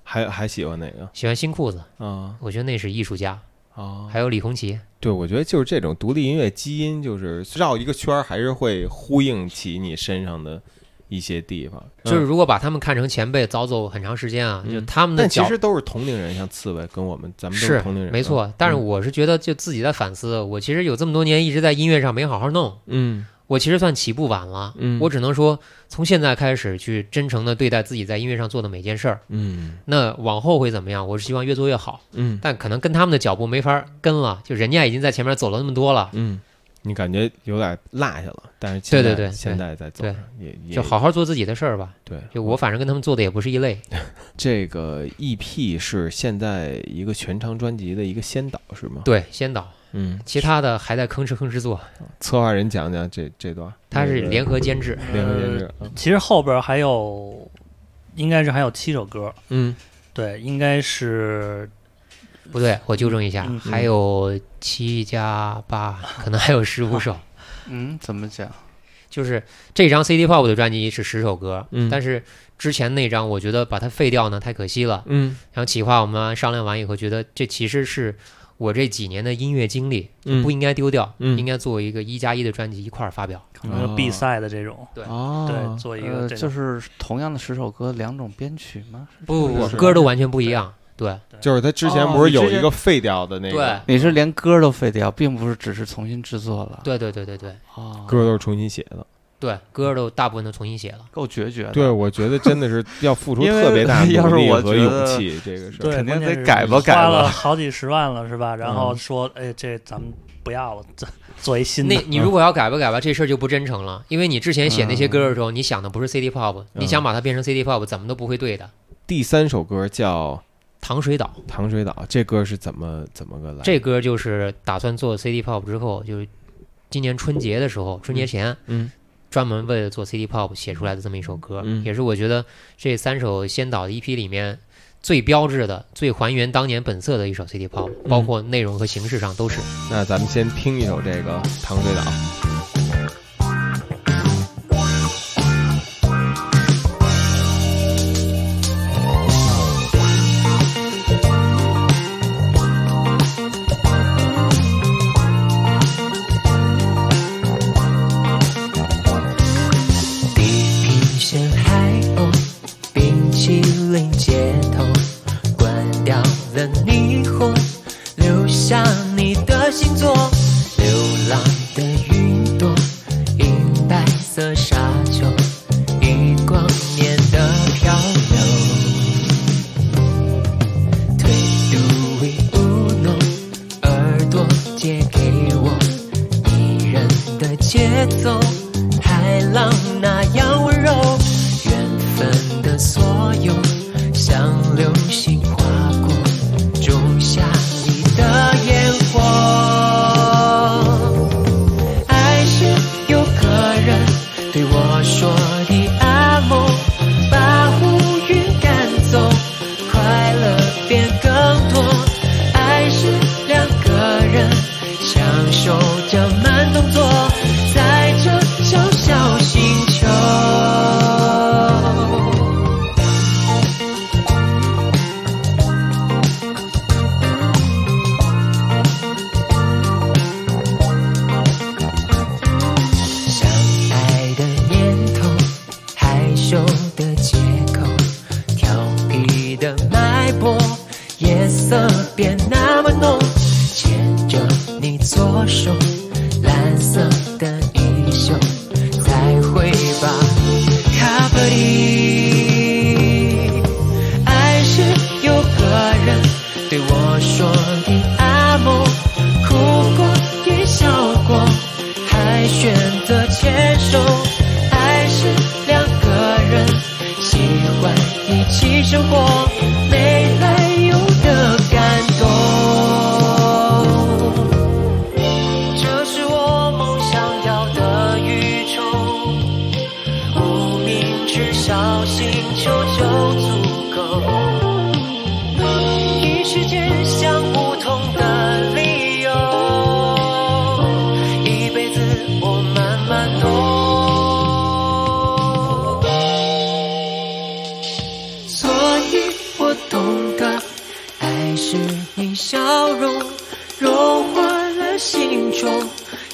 A: 还还喜欢哪个
C: 喜欢新裤子，
A: 啊
C: 我觉得那是艺术家，
A: 啊？
C: 还有李红旗，
A: 对，我觉得就是这种独立音乐基因，就是绕一个圈儿，还是会呼应起你身上的一些地方。
C: 就是
A: 嗯，
C: 如果把他们看成前辈，早走很长时间啊，
A: 嗯
C: 就他们的
A: 但其
C: 脚
A: 实都是同龄人，像刺猬跟我们，咱们都
C: 是
A: 同龄人，
C: 没错。但是
A: 嗯
C: 我是觉得，就自己在反思，我其实有这么多年一直在音乐上没好好弄，
A: 嗯
C: 我其实算起步晚了。
A: 嗯
C: 我只能说，从现在开始去真诚的对待自己在音乐上做的每件事儿。
A: 嗯
C: 那往后会怎么样？我是希望越做越好，
A: 嗯
C: 但可能跟他们的脚步没法跟了，就人家已经在前面走了那么多了，
A: 嗯，你感觉有点落下了，但是现在
C: 对对对
A: 现在在走
C: 对
A: 上也也
C: 就好好做自己的事儿吧。
A: 对。
C: 就我反正跟他们做的也不是一类。
A: 这个 EP 是现在一个全长专辑的一个先导是吗？
C: 对，先导，
A: 嗯，
C: 其他的还在吭哧吭哧做。
A: 策划人讲讲这这段，
C: 他是
A: 那个
C: 联合呃监制，
A: 联合监制，啊
D: 其实后边还有，应该是还有七首歌，
A: 嗯
D: 对，应该是
C: 不对，我纠正一下
D: 嗯，
C: 还有七加八，可能还有十五首。
B: 嗯，怎么讲？
C: 就是这张 CD Pop 的专辑是十首歌，
A: 嗯
C: 但是之前那张我觉得把它废掉呢太可惜了。
A: 嗯
C: 然后企划我们商量完以后，觉得这其实是我这几年的音乐经历，
A: 嗯
C: 不应该丢掉，
A: 嗯
C: 应该做一个一加一的专辑一块儿发表。
D: 可能有比赛的这种，
A: 哦，
D: 对，做一个
B: 呃，
D: 这
B: 就
D: 种。
B: 是同样的十首歌，两种编曲吗？
C: 不
A: 不
C: 不
A: 是
C: 不，歌都完全不一样。对
A: 就是他之前
B: 哦
A: 不是
B: 你之
A: 有一
B: 前
A: 个废掉的那
C: 对
A: 个
B: 你是连歌都废掉，并不是只是重新制作了。
C: 对对对对对
B: 哦，
A: 歌都是重新写的，
C: 对，歌都大部分都重新写了。
B: 够决绝的。
A: 对，我觉得真的 是要付出
B: 因为
A: 特别大的
B: 要
A: 努
B: 是
A: 力
B: 我
A: 和
B: 觉
A: 勇
B: 得
A: 气，这个是
D: 对，
B: 肯定
D: 关键
B: 得
D: 是
B: 改吧改吧
D: 花了好几十万了是吧？然后
A: 嗯
D: 说，哎，这咱们不要了，做做一新的嗯
C: 那。你如果要改吧改吧，这事儿就不真诚了，因为你之前写那些歌的时候，你想的不是 CD Pop，你想把它变成 CD Pop，怎么都不会对的。
A: 第三首歌叫
C: 糖水岛。
A: 《糖水岛》，这歌是怎么怎么个来？
C: 这歌就是打算做 CD Pop 之后，就是今年春节的时候，春节前，
A: 嗯
C: 专门为了做 CD Pop 写出来的这么一首歌，
A: 嗯
C: 也是我觉得这三首先导的 EP 里面最标志的、最还原当年本色的一首 CD Pop，、包括内容和形式上都是。
A: 那咱们先听一首这个《糖水岛》。
E: 地平线、海鸥、冰淇淋、街头，关掉了霓虹，留下你的星座。流浪的云朵，银白色沙丘，一光年色别那么浓，牵着你左手，蓝色的衣袖才会把卡布里。爱是有个人对我说的阿梦，哭过也笑过，还选择牵手。爱是两个人喜欢一起生活，没来由的感动。这是我梦想要的宇宙。无名指小星球就足够，一时间想不通的理由，一辈子我慢慢懂。所以我懂得，爱是你笑容融化了心中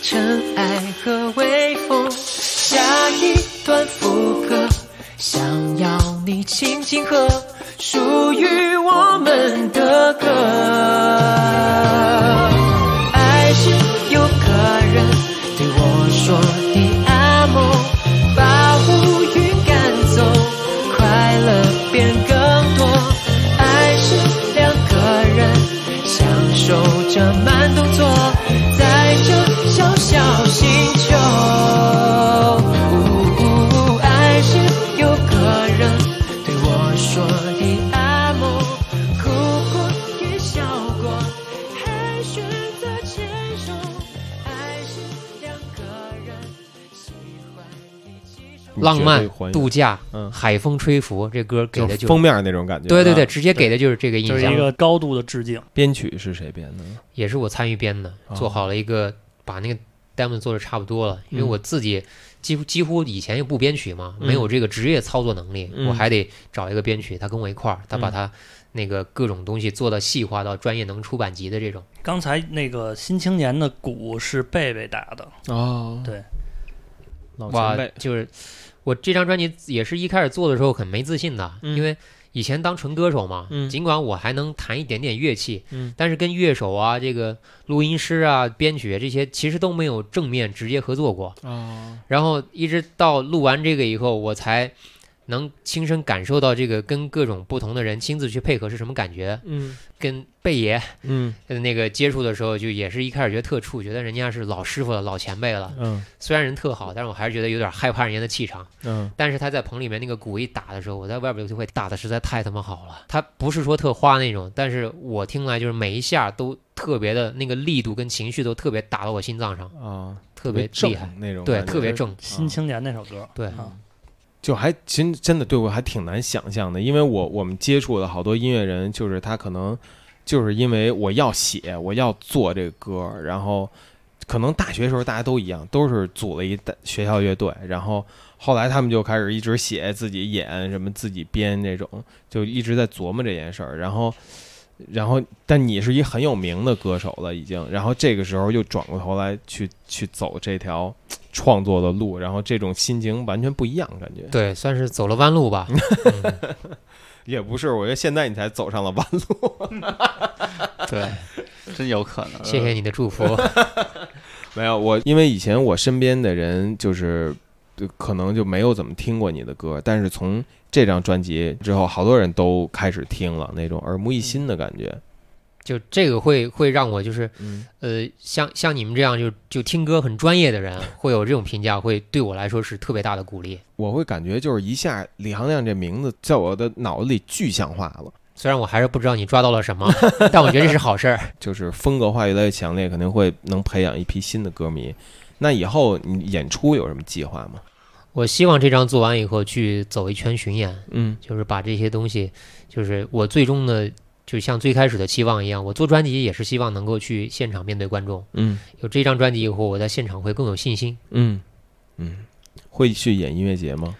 E: 尘埃和微风。下一段副歌，想要你轻轻和，属于我们的歌。爱是有个人对我说的阿梦，把乌云赶走，快乐变更多。爱是两个人享受着慢动作，在这小小星球。呜爱是有个人对我说的阿梦，哭过也笑过，还选择牵手。爱是两个人喜欢一起生活。
C: 浪
A: 你
C: 漫
A: 绝对还原
C: 度假，
A: 嗯
C: 海风吹拂，这歌给的
A: 就
C: 就是
A: 封面那种感觉。
C: 对对对，
A: 啊，
C: 直接给的就是这个
D: 嗯就
C: 印
D: 是一
C: 象，
D: 个高度的致敬。
A: 编曲是谁编的呢？
C: 也是我参与编的，
A: 哦
C: 做好了一个把那个 demo 做的差不多了，因为
A: 嗯
C: 我自己几乎几乎以前又不编曲嘛，
A: 嗯
C: 没有这个职业操作能力，
A: 嗯
C: 我还得找一个编曲，他跟我一块儿，他把
A: 嗯
C: 他那个各种东西做到细化到专业能出版集的这种。
D: 刚才那个新青年的鼓是贝贝打的，
A: 哦
D: 对，
A: 老
C: 哇
A: 哦前辈，，
C: 就是我这张专辑也是一开始做的时候很没自信的，
A: 嗯
C: 因为以前当纯歌手嘛，
A: 嗯
C: 尽管我还能弹一点点乐器，
A: 嗯
C: 但是跟乐手啊、这个录音师啊、编曲这些其实都没有正面直接合作过。
A: 哦，
C: 然后一直到录完这个以后，我才能亲身感受到这个跟各种不同的人亲自去配合是什么感觉。
A: 嗯
C: 跟贝爷
A: 嗯
C: 呃那个接触的时候，就也是一开始觉得特怵，觉得人家是老师傅了、老前辈了，
A: 嗯
C: 虽然人特好，但是我还是觉得有点害怕人家的气场。
A: 嗯
C: 但是他在棚里面那个鼓一打的时候，我在外边就会打的实在太他妈好了。他不是说特花那种，但是我听来就是每一下都特别的那个力度跟情绪都特别打到我心脏上，
A: 啊，
C: 特别
A: 正
C: 厉害，
A: 那种感
C: 对，
A: 觉，
C: 特别正。
D: 新青年那首歌，
C: 对
D: 啊
A: 就还其实真的对我还挺难想象的，因为我我们接触的好多音乐人，就是他可能就是因为我要写，我要做这个歌，然后可能大学时候大家都一样，都是组了一大学校乐队，然后后来他们就开始一直写自己演什么自己编这种，就一直在琢磨这件事儿，然后。然后，但你是一很有名的歌手了，已经。然后这个时候又转过头来去去走这条创作的路，然后这种心情完全不一样，感觉。
C: 对，算是走了弯路吧。嗯
A: 也不是，我觉得现在你才走上了弯路。
B: 对，真有可能。
C: 谢谢你的祝福。
A: 没有我，因为以前我身边的人就是，就可能就没有怎么听过你的歌，但是从这张专辑之后，好多人都开始听了，那种耳目一新的感觉。
C: 就这个会会让我就是
A: 嗯
C: 呃，像像你们这样就就听歌很专业的人，会有这种评价，会对我来说是特别大的鼓励。
A: 我会感觉就是一下李行亮这名字在我的脑子里具象化了，
C: 虽然我还是不知道你抓到了什么， 但我觉得这是好事儿。
A: 就是风格化越来越强烈，肯定会能培养一批新的歌迷。那以后你演出有什么计划吗？
C: 我希望这张做完以后去走一圈巡演，
A: 嗯
C: 就是把这些东西，就是我最终的，就像最开始的期望一样，我做专辑也是希望能够去现场面对观众。
A: 嗯
C: 有这张专辑以后，我在现场会更有信心。
A: 嗯嗯，会去演音乐节吗？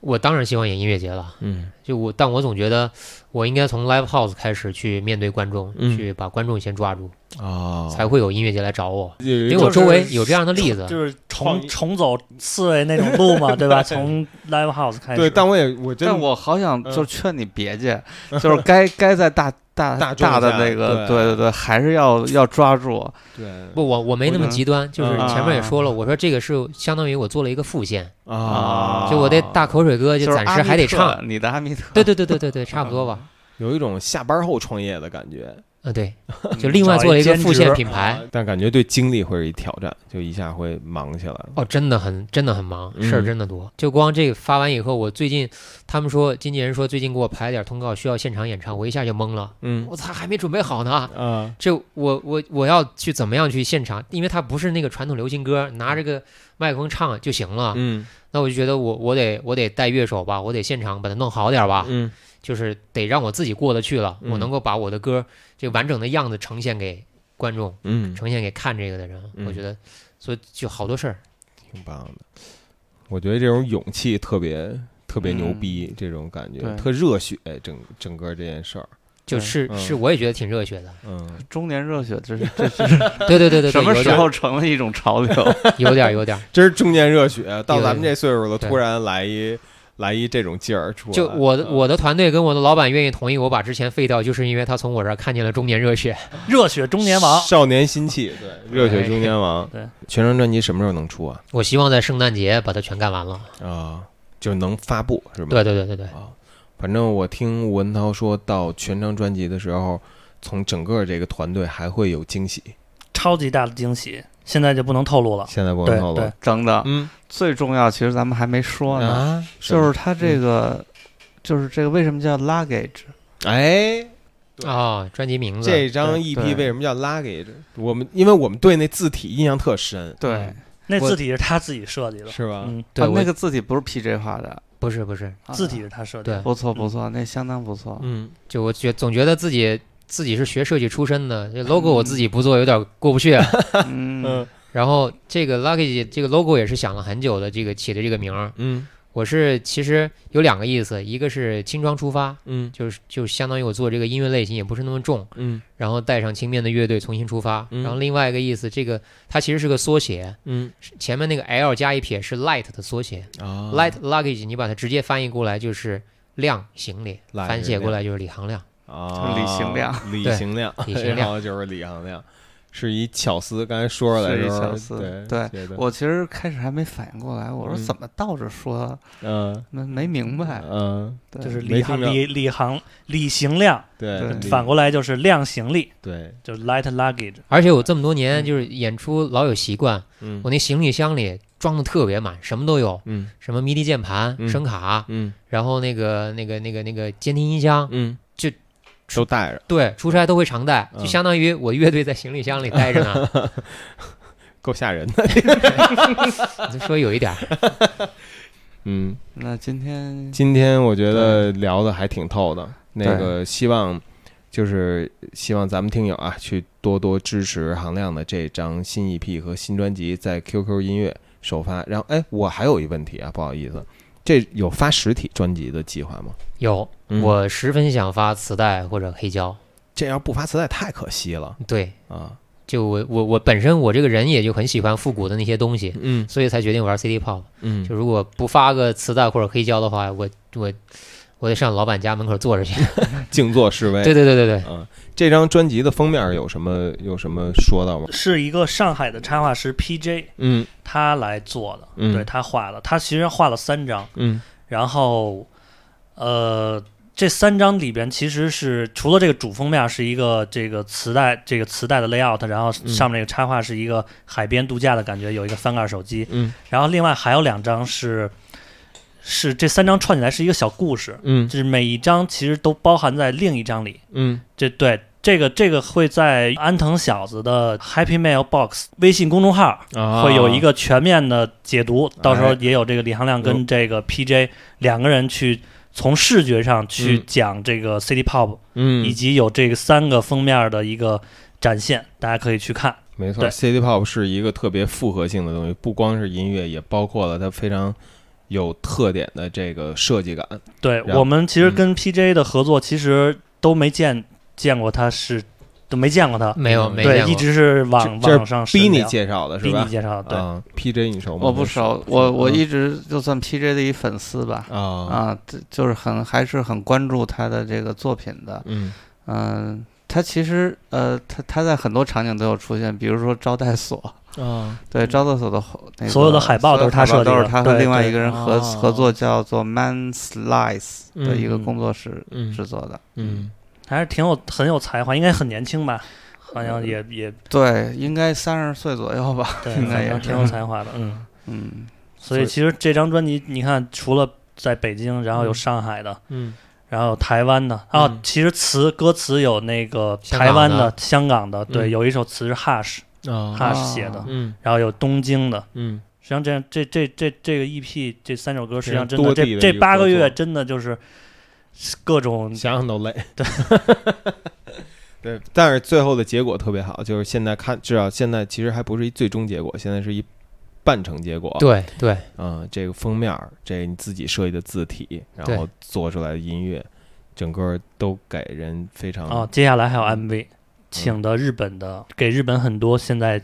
C: 我当然希望演音乐节了，
A: 嗯
C: 就我，但我总觉得我应该从 live house 开始去面对观众，
A: 嗯
C: 去把观众先抓住。
A: 啊，
C: 才会有音乐节来找我。
A: 因
C: 因为我周围有这样的例子，
D: 就是
A: 创
D: 重
A: 意
D: 重走刺猬那种路嘛，对吧？从 live house 开始，
A: 对，但我也我真
B: 但我好想
A: 嗯
B: 就是劝你别去，就是该 该在大大
A: 大众
B: 大的
A: 下
B: 那个，
A: 对啊
B: 对对对，还 是要要抓住。
A: 对
C: 不，我我没那么
B: 嗯
C: 极端，就是
A: 嗯
C: 前面也说了，我说这个是相当于我做了一个副线，
A: 啊，
C: 就我得大口水歌，就
B: 就是
C: 暂
B: 阿
C: 时
B: 密
C: 还得
B: 特啊
C: 唱。
B: 你的阿密特，
C: 对对对对对对，差不多吧。
A: 有一种下班后创业的感觉，
C: 嗯，对，
B: 嗯
C: 就另外
D: 找一
C: 做了一个
D: 兼
C: 副线
D: 职
C: 品牌
A: 啊。但感觉对精力会是一挑战，就一下会忙起来了。
C: 哦，真的很真的很忙，事儿
A: 嗯
C: 真的多。就光这个发完以后，我最近他们说经纪人说最近给我排了点通告，需要现场演唱，我一下就懵了，
A: 嗯
C: 我操，还没准备好呢。
A: 啊，
C: 这我我我要去怎么样去现场？因为它不是那个传统流行歌，拿着个麦克风唱就行了。
A: 嗯
C: 那我就觉得我我得我得带乐手吧，我得现场把它弄好点吧，
A: 嗯
C: 就是得让我自己过得去了，
A: 嗯
C: 我能够把我的歌这个完整的样子呈现给观众，
A: 嗯，
C: 呈现给看这个的人。我觉得，所以就好多事儿。
A: 挺棒的。我觉得这种勇气特别特别牛
B: 嗯
A: 逼，这种感觉
B: 对
A: 特热血，整整个这件事儿。
C: 就
B: 对
C: 是、
A: 嗯
C: 是，我也觉得挺热血的。
A: 嗯，
B: 中年热血， 这是这是
C: 对对对对对，
B: 什么
C: 有
B: 时
C: 点
B: 候成了一种 潮流？
C: 有点有点。
A: 真是中年热血，到
C: 有
A: 咱们
C: 有
A: 这岁数了，
C: 对
A: 突然来一来一这种劲儿出来。
C: 就我的
A: 嗯
C: 我的团队跟我的老板愿意同意我把之前废掉，就是因为他从我这儿看见了中年热血。
D: 热血中年王，
A: 少年心气，对，热血中年王。
D: 对，
A: 全张专辑什么时候能出啊？
C: 我希望在圣诞节把它全干完了。
A: 啊，就能发布是吗？
C: 对对对对对，
A: 啊，反正我听吴文涛说到全张专辑的时候，从整个这个团队还会有惊喜。
D: 超级大的惊喜，现在就不能透露了。
A: 现在不能
D: 啊对
A: 透露
D: 对。，
B: 等等，
A: 嗯
B: 最重要其实咱们还没说呢，
A: 啊，
B: 就是它
C: 嗯
B: 这个，就是这个为什么叫 luggage？
A: 哎，对
C: 哦，专辑名字
A: 这张
B: 对
A: EP
B: 对
A: 为什么叫 luggage？我们因为我们对那字体印象特深，
B: 对，
D: 那
C: 我
D: 字体是他自己设计的，
A: 是吧？
D: 嗯，
C: 对
B: 啊
C: 我
B: 那个字体不是 PJ 画的，
C: 不是不是，
B: 啊
D: 字体是他设计的
C: 对。
B: 不错不错，那相当不 错。
A: 嗯，
C: 就我觉总觉得自己自己是学设计出身的，这
A: 嗯
C: logo 我自己不做有点过不去。啊
B: 嗯，
C: 然后这个 luggage 这个 logo 也是想了很久的，这个起的这个名儿，
A: 嗯
C: 我是其实有两个意思，一个是轻装出发，
A: 嗯
C: 就是就相当于我做这个音乐类型也不是那么重，
A: 嗯
C: 然后带上轻便的乐队重新出发。
A: 嗯
C: 然后另外一个意思，这个它其实是个缩写，
A: 嗯
C: 前面那个 L 加一撇是 light 的缩写、
A: 啊
C: l i g h t luggage 你把它直接翻译过来就是量行李，
A: light
C: 翻写
A: 是
C: 过
A: 量
C: 来就是李行亮。
A: 啊，
B: 李行亮，
A: 李
C: 对
A: 行亮，
C: 李行亮
A: 然后就是李行亮，是一巧思。刚才说出来
B: 是
A: 的
B: 一
A: 时候，
B: 巧思
A: 对
B: 对
A: 觉得
B: 我其实开始还没反应过来，我说
A: 嗯
B: 怎么倒着说，
A: 嗯
B: 没没明白。
A: 嗯，
B: 对
D: 就是
A: 没
D: 李
A: 听
D: 行
A: 着
D: 李李行李行亮，
A: 对
B: 对，
A: 李
D: 反过来就是量行李，
A: 对，
D: 就是 light luggage。
C: 而且我这么多年
B: 嗯
C: 就是演出老有习惯，
A: 嗯
C: 我那行李箱里装的特别满，什么都有，
A: 嗯
C: 什么迷笛键盘、
A: 嗯
C: 声卡，
A: 嗯
C: 然后那个那个那个那个监听音箱，
A: 嗯，
C: 就
A: 都带着，
C: 对，出差都会常带，
A: 嗯
C: 就相当于我乐队在行李箱里待 着呢。
A: 够吓人的。
C: 你就说有一点儿，
A: 嗯，
B: 那今天
A: 今天我觉得聊的还挺透的，那
B: 对
A: 个希望。就是希望咱们听友啊，去多多支持韩亮的这张新 EP 和新专辑在 QQ 音乐首发。然后，哎，我还有一问题啊，不好意思，这有发实体专辑的计划吗？
C: 有
A: 嗯
C: 我十分想发磁带或者黑胶，
A: 这要不发磁带太可惜了
C: 对，
A: 啊。
C: 就我我我本身我这个人也就很喜欢复古的那些东西，
A: 嗯
C: 所以才决定玩 CD pop。
A: 嗯
C: 就如果不发个磁带或者黑胶的话，我我我得上老板家门口坐着去。
A: 静坐示威。
C: 对对对对对，
A: 嗯，这张专辑的封面有什么有什么说到吗？
D: 是一个上海的插画师 PJ
A: 嗯
D: 他来做的，
A: 嗯
D: 对他画的，他其实画了三张，
A: 嗯
D: 然后呃，这三张里边其实是除了这个主封面是一个这个磁带这个磁带的 layout，然后
A: 嗯
D: 上面这个插画是一个海边度假的感觉，有一个翻盖手机，
A: 嗯
D: 然后另外还有两张是是这三张串起来是一个小故事，
A: 嗯
D: 就是每一张其实都包含在另一张里，
A: 嗯
D: 这对这个这个会在安藤小子的 Happy Mail Box 微信公众号
A: 啊
D: 会有一个全面的解读，到时候
A: 哎
D: 也有这个李行亮跟这个 PJ 两个人去从视觉上去
A: 嗯
D: 讲这个 City Pop，、
A: 嗯
D: 以，及有这个三个封面的一个展现，大家可以去看。
A: 没错
D: 对
A: ，City Pop 是一个特别复合性的东西，不光是音乐，也包括了它非常有特点的这个设计感。
D: 对
A: 然后嗯
D: 我们其实跟 PJ 的合作，其实都没见见过他是都没见过他，
C: 没有
A: 嗯
C: 没
D: 对
C: 见，
D: 一
C: 过
D: 直是网
A: 这
D: 网上
A: 这是逼你
D: 神聊
A: 介绍的是
D: 逼你
A: 吧？
D: 介绍，对，
A: 嗯，PJ 你熟吗？
B: 我哦不熟，我我
A: 嗯
B: 一直就算 PJ 的一粉丝吧，
D: 嗯
A: 啊，
B: 啊，这就是很还是很关注他的这个作品的，
A: 嗯
B: 嗯。他其实，呃，他他在很多场景都有出现，比如说招待所，
A: 啊
B: 对，招待所的后那个
D: 嗯所有的海
B: 所
D: 报
B: 有
D: 都是他设计
B: 都
D: 的
B: 是他和
D: 对
B: 另外
D: 对
B: 一个人合
A: 哦
B: 合作，叫做 Man Slice 的一个
D: 嗯嗯
B: 工作室
A: 嗯
B: 制作的。
A: 嗯
D: 还是挺有很有才华，应该很年轻吧，好
A: 嗯
D: 像也也
B: 对，应该三十岁左右吧，
D: 对，
B: 应该
D: 反
B: 也
D: 正挺有才华的，嗯。
B: 嗯，
D: 所以其实这张专辑，你看，除了在北京，然后有
A: 嗯
D: 上海的，
A: 嗯
D: 然后有台湾的啊，
A: 嗯
D: 其实词歌词有那个
C: 香
D: 台湾
C: 港的
D: 的、香港的，对，
A: 嗯
D: 有一首词是 Hush
A: 啊，
D: Hush 写的，
A: 嗯
D: 然后有东京的。
A: 嗯
D: 实际上这，这这这这个 EP 这三首歌，实际上真
A: 多
D: 的
A: 地
D: 这
A: 的
D: 这
A: 一个
D: 八个
A: 合作
D: 月真的就是各
B: 嗯
D: 种
A: 想想 都累。对。 对，但是最后的结果特别好，就是现在看，至少现在其实还不是一最终结果，现在是一半成结果。，
C: 对对，
A: 嗯，这个封面儿，这你自己设计的字体，然
C: 对
A: 后做出来的音乐，整个都给人非常
D: 啊，接下来还有 MV，请的日本的，给日本很多现在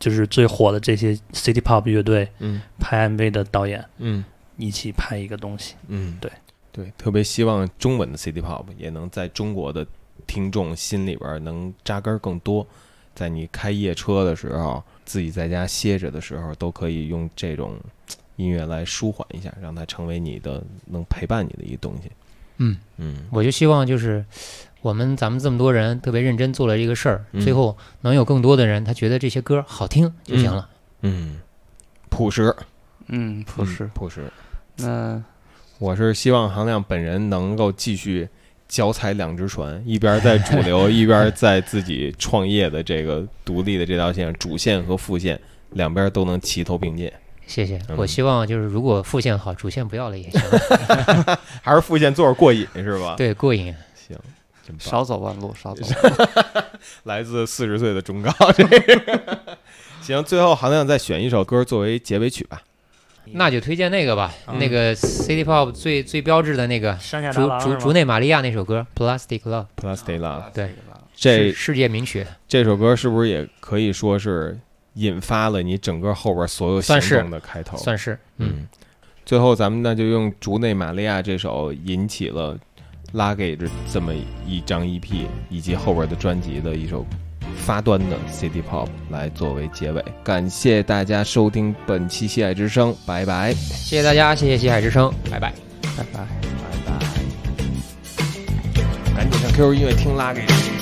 D: 就是最火的这些 City Pop 乐队
A: 嗯
D: 拍 MV 的导演
A: 嗯
D: 一起拍一个东西。
A: 嗯，
D: 对
A: 对，特别希望中文的 City Pop 也能在中国的听众心里边儿能扎根儿更多，在你开夜车的时候，自己在家歇着的时候，都可以用这种嘖音乐来舒缓一下，让它成为你的能陪伴你的一个东西。
C: 嗯
A: 嗯
C: 我就希望就是我们咱们这么多人特别认真做了这个事儿，
A: 嗯
C: 最后能有更多的人他觉得这些歌好听就行了。
A: 嗯，朴实
B: 嗯，不
A: 嗯
B: 是，
A: 朴实，
B: 那
A: 我是希望航亮本人能够继续脚踩两只船，一边在主流，一边在自己创业的这个独立的这条线上，主线和副线两边都能齐头并进，
C: 谢谢，
A: 嗯
C: 我希望就是如果副线好，主线不要了也 行，
A: 还是副线坐着过瘾是吧？，
C: 对，过瘾。
A: 行，真棒！
B: 少走弯路，少走
A: 来自四十岁的忠告，这个 行。最后，航亮再选一首歌作为结尾曲吧。
C: 那就推荐那个吧，
D: 嗯
C: 那个 City Pop 最最标志的那个
D: 山下
C: 竹
D: 达郎
C: 竹
D: 是
C: 竹
D: 吗？
C: 内玛利亚那首歌《Plastic 啊 Love》
A: Plastic Love，
C: 对
B: 这个吧
A: 这
C: 是世界名曲，
A: 这首歌是不是也可以说是引发了你整个后边所有行
C: 算是
A: 动的开头？
C: 算是嗯，
A: 嗯，最后咱们那就用竹内玛利亚这首引起了 Luggage 这么一张 EP 以及后边的专辑的一首发端的 City Pop 来作为结尾。感谢大家收听本期《西海之声》，拜拜。
C: 谢谢大家，谢谢西海之声，拜拜。
B: 拜拜。
A: 赶紧上 QQ 音乐听 Luggage。